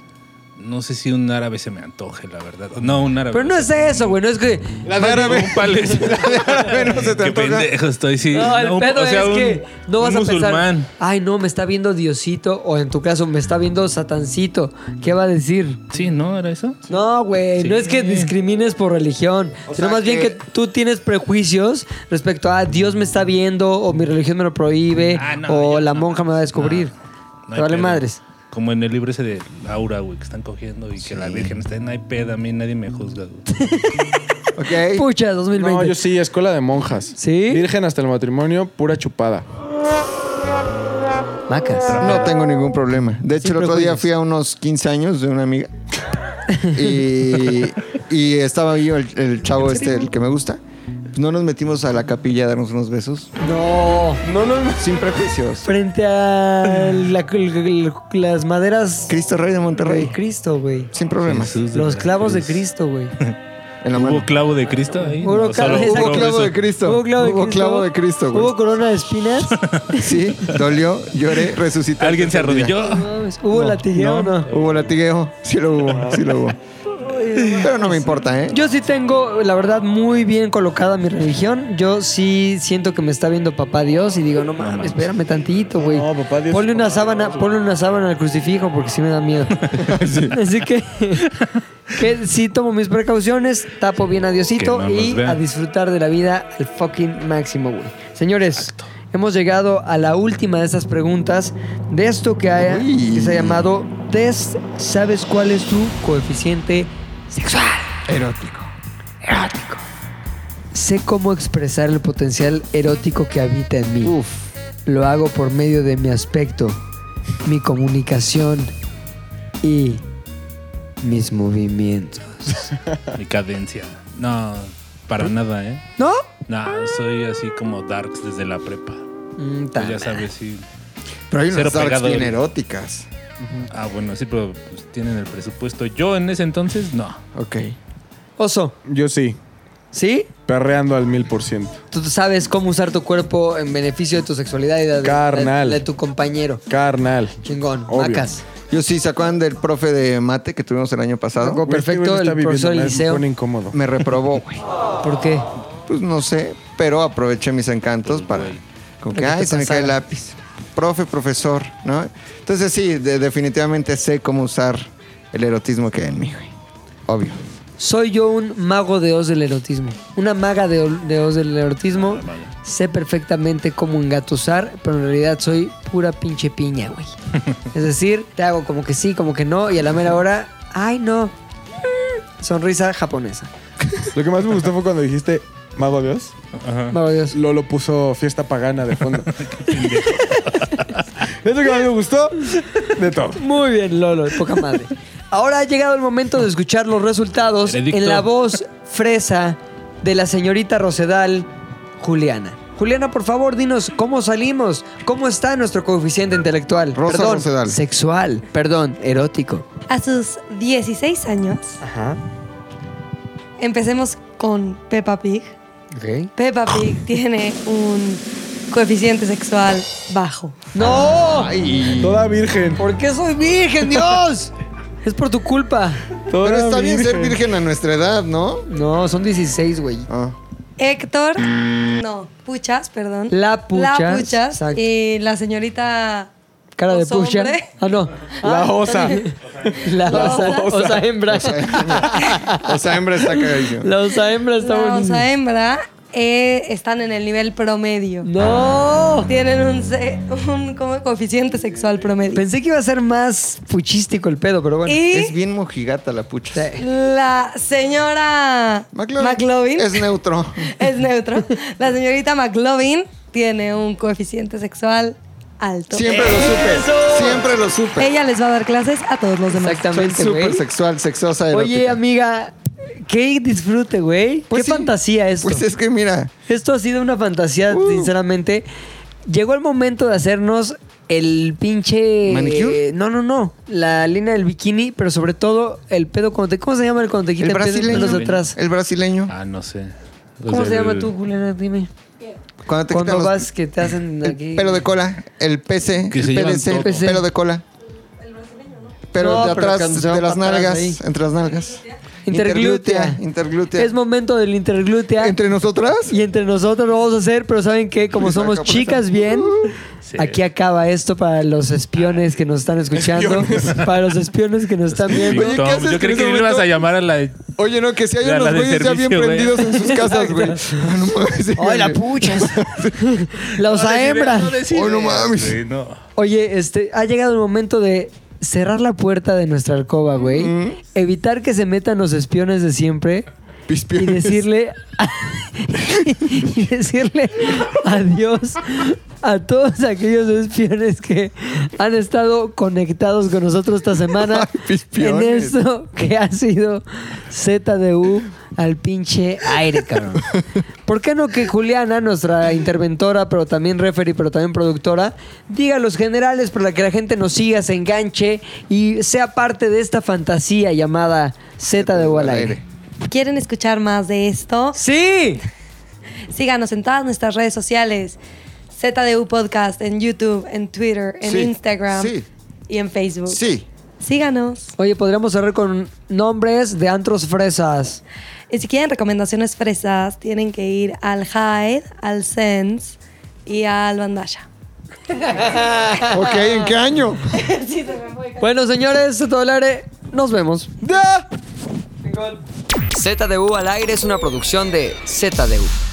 no sé si un árabe se me antoje, la verdad. No, un árabe. Pero no es eso, güey. No es que. La de árabe. Un palés. Qué pendejo estoy, sí. No, el No, un- pedo o sea, es un- que no vas un a musulmán. pensar. Ay, no, me está viendo Diosito. O en tu caso, me está viendo Satancito. ¿Qué va a decir? Sí, ¿no? ¿Era eso? No, güey. No es que discrimines por religión. sino más bien que tú tienes prejuicios respecto a Dios me está viendo, o mi religión me lo prohíbe, Ah, o la monja me va a descubrir. No Te hay vale pedo. madres. Como en el libro ese de Laura, güey, que están cogiendo y que la Virgen está en iPad, a mí nadie me juzga, güey. Ok. Pucha, 2020. No, yo sí, escuela de monjas. ¿Sí? Virgen hasta el matrimonio, pura chupada. Macas. No tengo ningún problema. De hecho, el otro día fui a unos 15 años de una amiga y, y estaba yo, el, el chavo este, el que me gusta. No nos metimos a la capilla a darnos unos besos. No. No, no, Sin prejuicios. Frente a la- el- las maderas. Cristo Rey de Monterrey. De Cristo, güey. Sin problemas. Jesús de Los clavos de Veracruz. Cristo, güey. En la ¿Hubo mano. clavo de Cristo ahí? Hubo No, solo clavo- hubo Hubo clavo beso. de Cristo. Hubo clavo de Cristo. de Cristo, güey. Hubo corona de espinas. Sí, dolió, lloré, resucité. ¿Alguien se arrodilló? No mames, Hubo No, latigueo o no. Hubo latigueo. Sí lo hubo, sí lo hubo. Pero no me importa, ¿eh? Yo sí tengo, la verdad, muy bien colocada mi religión. Yo sí siento que me está viendo papá Dios y digo, no mames, espérame tantito, güey. No, papá Dios. Ponle una sábana, ponle una sábana al crucifijo porque sí me da miedo. Así que, que sí tomo mis precauciones, tapo bien a Diosito Que no nos y vean. a disfrutar de la vida al fucking máximo, güey. Señores, hemos llegado a la última de estas preguntas de esto que, haya, que se ha llamado test. ¿Sabes cuál es tu coeficiente sexual? Erótico. Erótico. Sé cómo expresar el potencial erótico que habita en mí. Lo hago por medio de mi aspecto, mi comunicación y mis movimientos. Mi cadencia. No, para nada, ¿eh? ¿No? Ah. No, soy así como darks desde la prepa. Mm, ta- Pues ya sabes, sí. Pero hay unas Cero darks pegado. bien eróticas. Ah, bueno, sí, pero pues, tienen el presupuesto. Yo en ese entonces, no. Ok. Oso, Yo sí, ¿sí? perreando al mil por ciento. Tú sabes cómo usar tu cuerpo en beneficio de tu sexualidad y de, de- Carnal. de tu compañero. Carnal. Chingón, Obvio. macas. Yo sí, ¿se acuerdan del profe de mate que tuvimos el año pasado? Tocó este perfecto el profesor del liceo. pone incómodo. Me reprobó, güey. ¿Por qué? Pues no sé, pero aproveché mis encantos para. Como que, Para que ay, te se me cae el pasara". lápiz. Profe, profesor, ¿no? Entonces sí, de- definitivamente sé cómo usar el erotismo que hay en mí, güey. Obvio. Soy yo un mago de Oz del erotismo. Una maga de, ol- de Oz del erotismo. Sé perfectamente cómo engatusar, pero en realidad soy pura pinche piña, güey. es decir, te hago como que sí, como que no, y a la mera hora, ay no. Sonrisa japonesa. Lo que más me gustó fue cuando dijiste Mago Dios. Ajá. Mago de Oz. Lolo puso fiesta pagana de fondo. es lo que más me gustó de todo. Muy bien, Lolo, poca madre. Ahora ha llegado el momento de escuchar los resultados Veredicto. en la voz fresa de la señorita Rosedal, Juliana. Juliana, por favor, dinos cómo salimos, cómo está nuestro coeficiente intelectual, Rosa perdón, Rosedal. sexual, perdón, erótico. A sus 16 años, empecemos con Peppa Pig. Peppa Pig tiene un coeficiente sexual bajo. ¡No! Toda virgen. ¿Por qué soy virgen, Dios? es por tu culpa. Toda Pero está bien ser virgen a nuestra edad, ¿no? No, son 16, güey. Ah. Héctor, no, Puchas, perdón. La Puchas, La Puchas exacto. y la señorita... Cara de Oso pucha. hombre. Ah, no. La osa. La, osa, osa. osa hembra. O sea, hembra está cagadísimo. La osa hembra está La bonita. osa hembra eh, están en el nivel promedio. No. Tienen un, se- un como coeficiente sexual promedio. Pensé que iba a ser más fuchístico el pedo, pero bueno. y Es bien mojigata la pucha. Sí. la señora McLovin, Es es, neutro. neutro. La señorita McLovin tiene un coeficiente sexual alto. Siempre lo supe. Siempre lo supe. Ella les va a dar clases a todos los demás. Soy Exactamente, súper güey. sexual, sexosa, erótica. Oye, amiga, qué disfrute, güey. qué Pues sí. fantasía esto. Pues es que mira, Esto ha sido una fantasía, Uh. sinceramente. Llegó el momento de hacernos el pinche. ¿Manicure? eh, no, no, no. La línea del bikini, pero sobre todo el pedo cuando te. ¿Cómo se llama el cuando te quita el el, pedo y brasileño. pelos de atrás? El brasileño. Ah, no sé. Los ¿Cómo se del- llama tú, Juliana? Dime. Cuando te Cuando quitan los- vas que te hacen el aquí. pelo de cola, el PC, Que el se llevan PDC, todo. pelo de cola. pero No, de pero atrás, canción de las para atrás nalgas, ahí. entre las nalgas. Interglútea. Interglútea. Es momento del interglútea. ¿Entre nosotras? Y entre nosotros lo vamos a hacer, pero ¿saben qué? Como somos chicas bien, aquí acaba esto para los espiones que nos están escuchando. Para los espiones que nos están viendo. Oye, ¿qué haces Yo en creí que ese le ibas momento? a llamar a la. Oye, no, que si hay La- unos la de güeyes ya bien servicio, güey. prendidos en sus casas, güey. Ah, no mames, sí, ¡Ay, la güey. puchas! ¡La Ah, osaembra! ¡Oh, no mames! Sí, no. Oye, este, ha llegado el momento de cerrar la puerta de nuestra alcoba, güey. Evitar que se metan los espiones de siempre. Y decirle. y decirle adiós a todos aquellos espiones que han estado conectados con nosotros esta semana. en pispiones. esto que ha sido ZDU al pinche aire, cabrón. ¿Por qué no que Juliana, nuestra interventora, pero también referee, pero también productora, diga los generales para que la gente nos siga, se enganche y sea parte de esta fantasía llamada Z de al aire? ¿Quieren escuchar más de esto? ¡Sí! Síganos en todas nuestras redes sociales. ZDU Podcast en YouTube, en Twitter, en Sí, Instagram sí. y en Facebook. Sí. Síganos. Oye, podríamos cerrar con nombres de antros fresas. Y si quieren recomendaciones fresas, tienen que ir al Hyde, al Sense y al Bandaya. Ok, ¿en qué año? Bueno, señores, Z del aire, nos vemos. ZDU al aire es una producción de ZDU.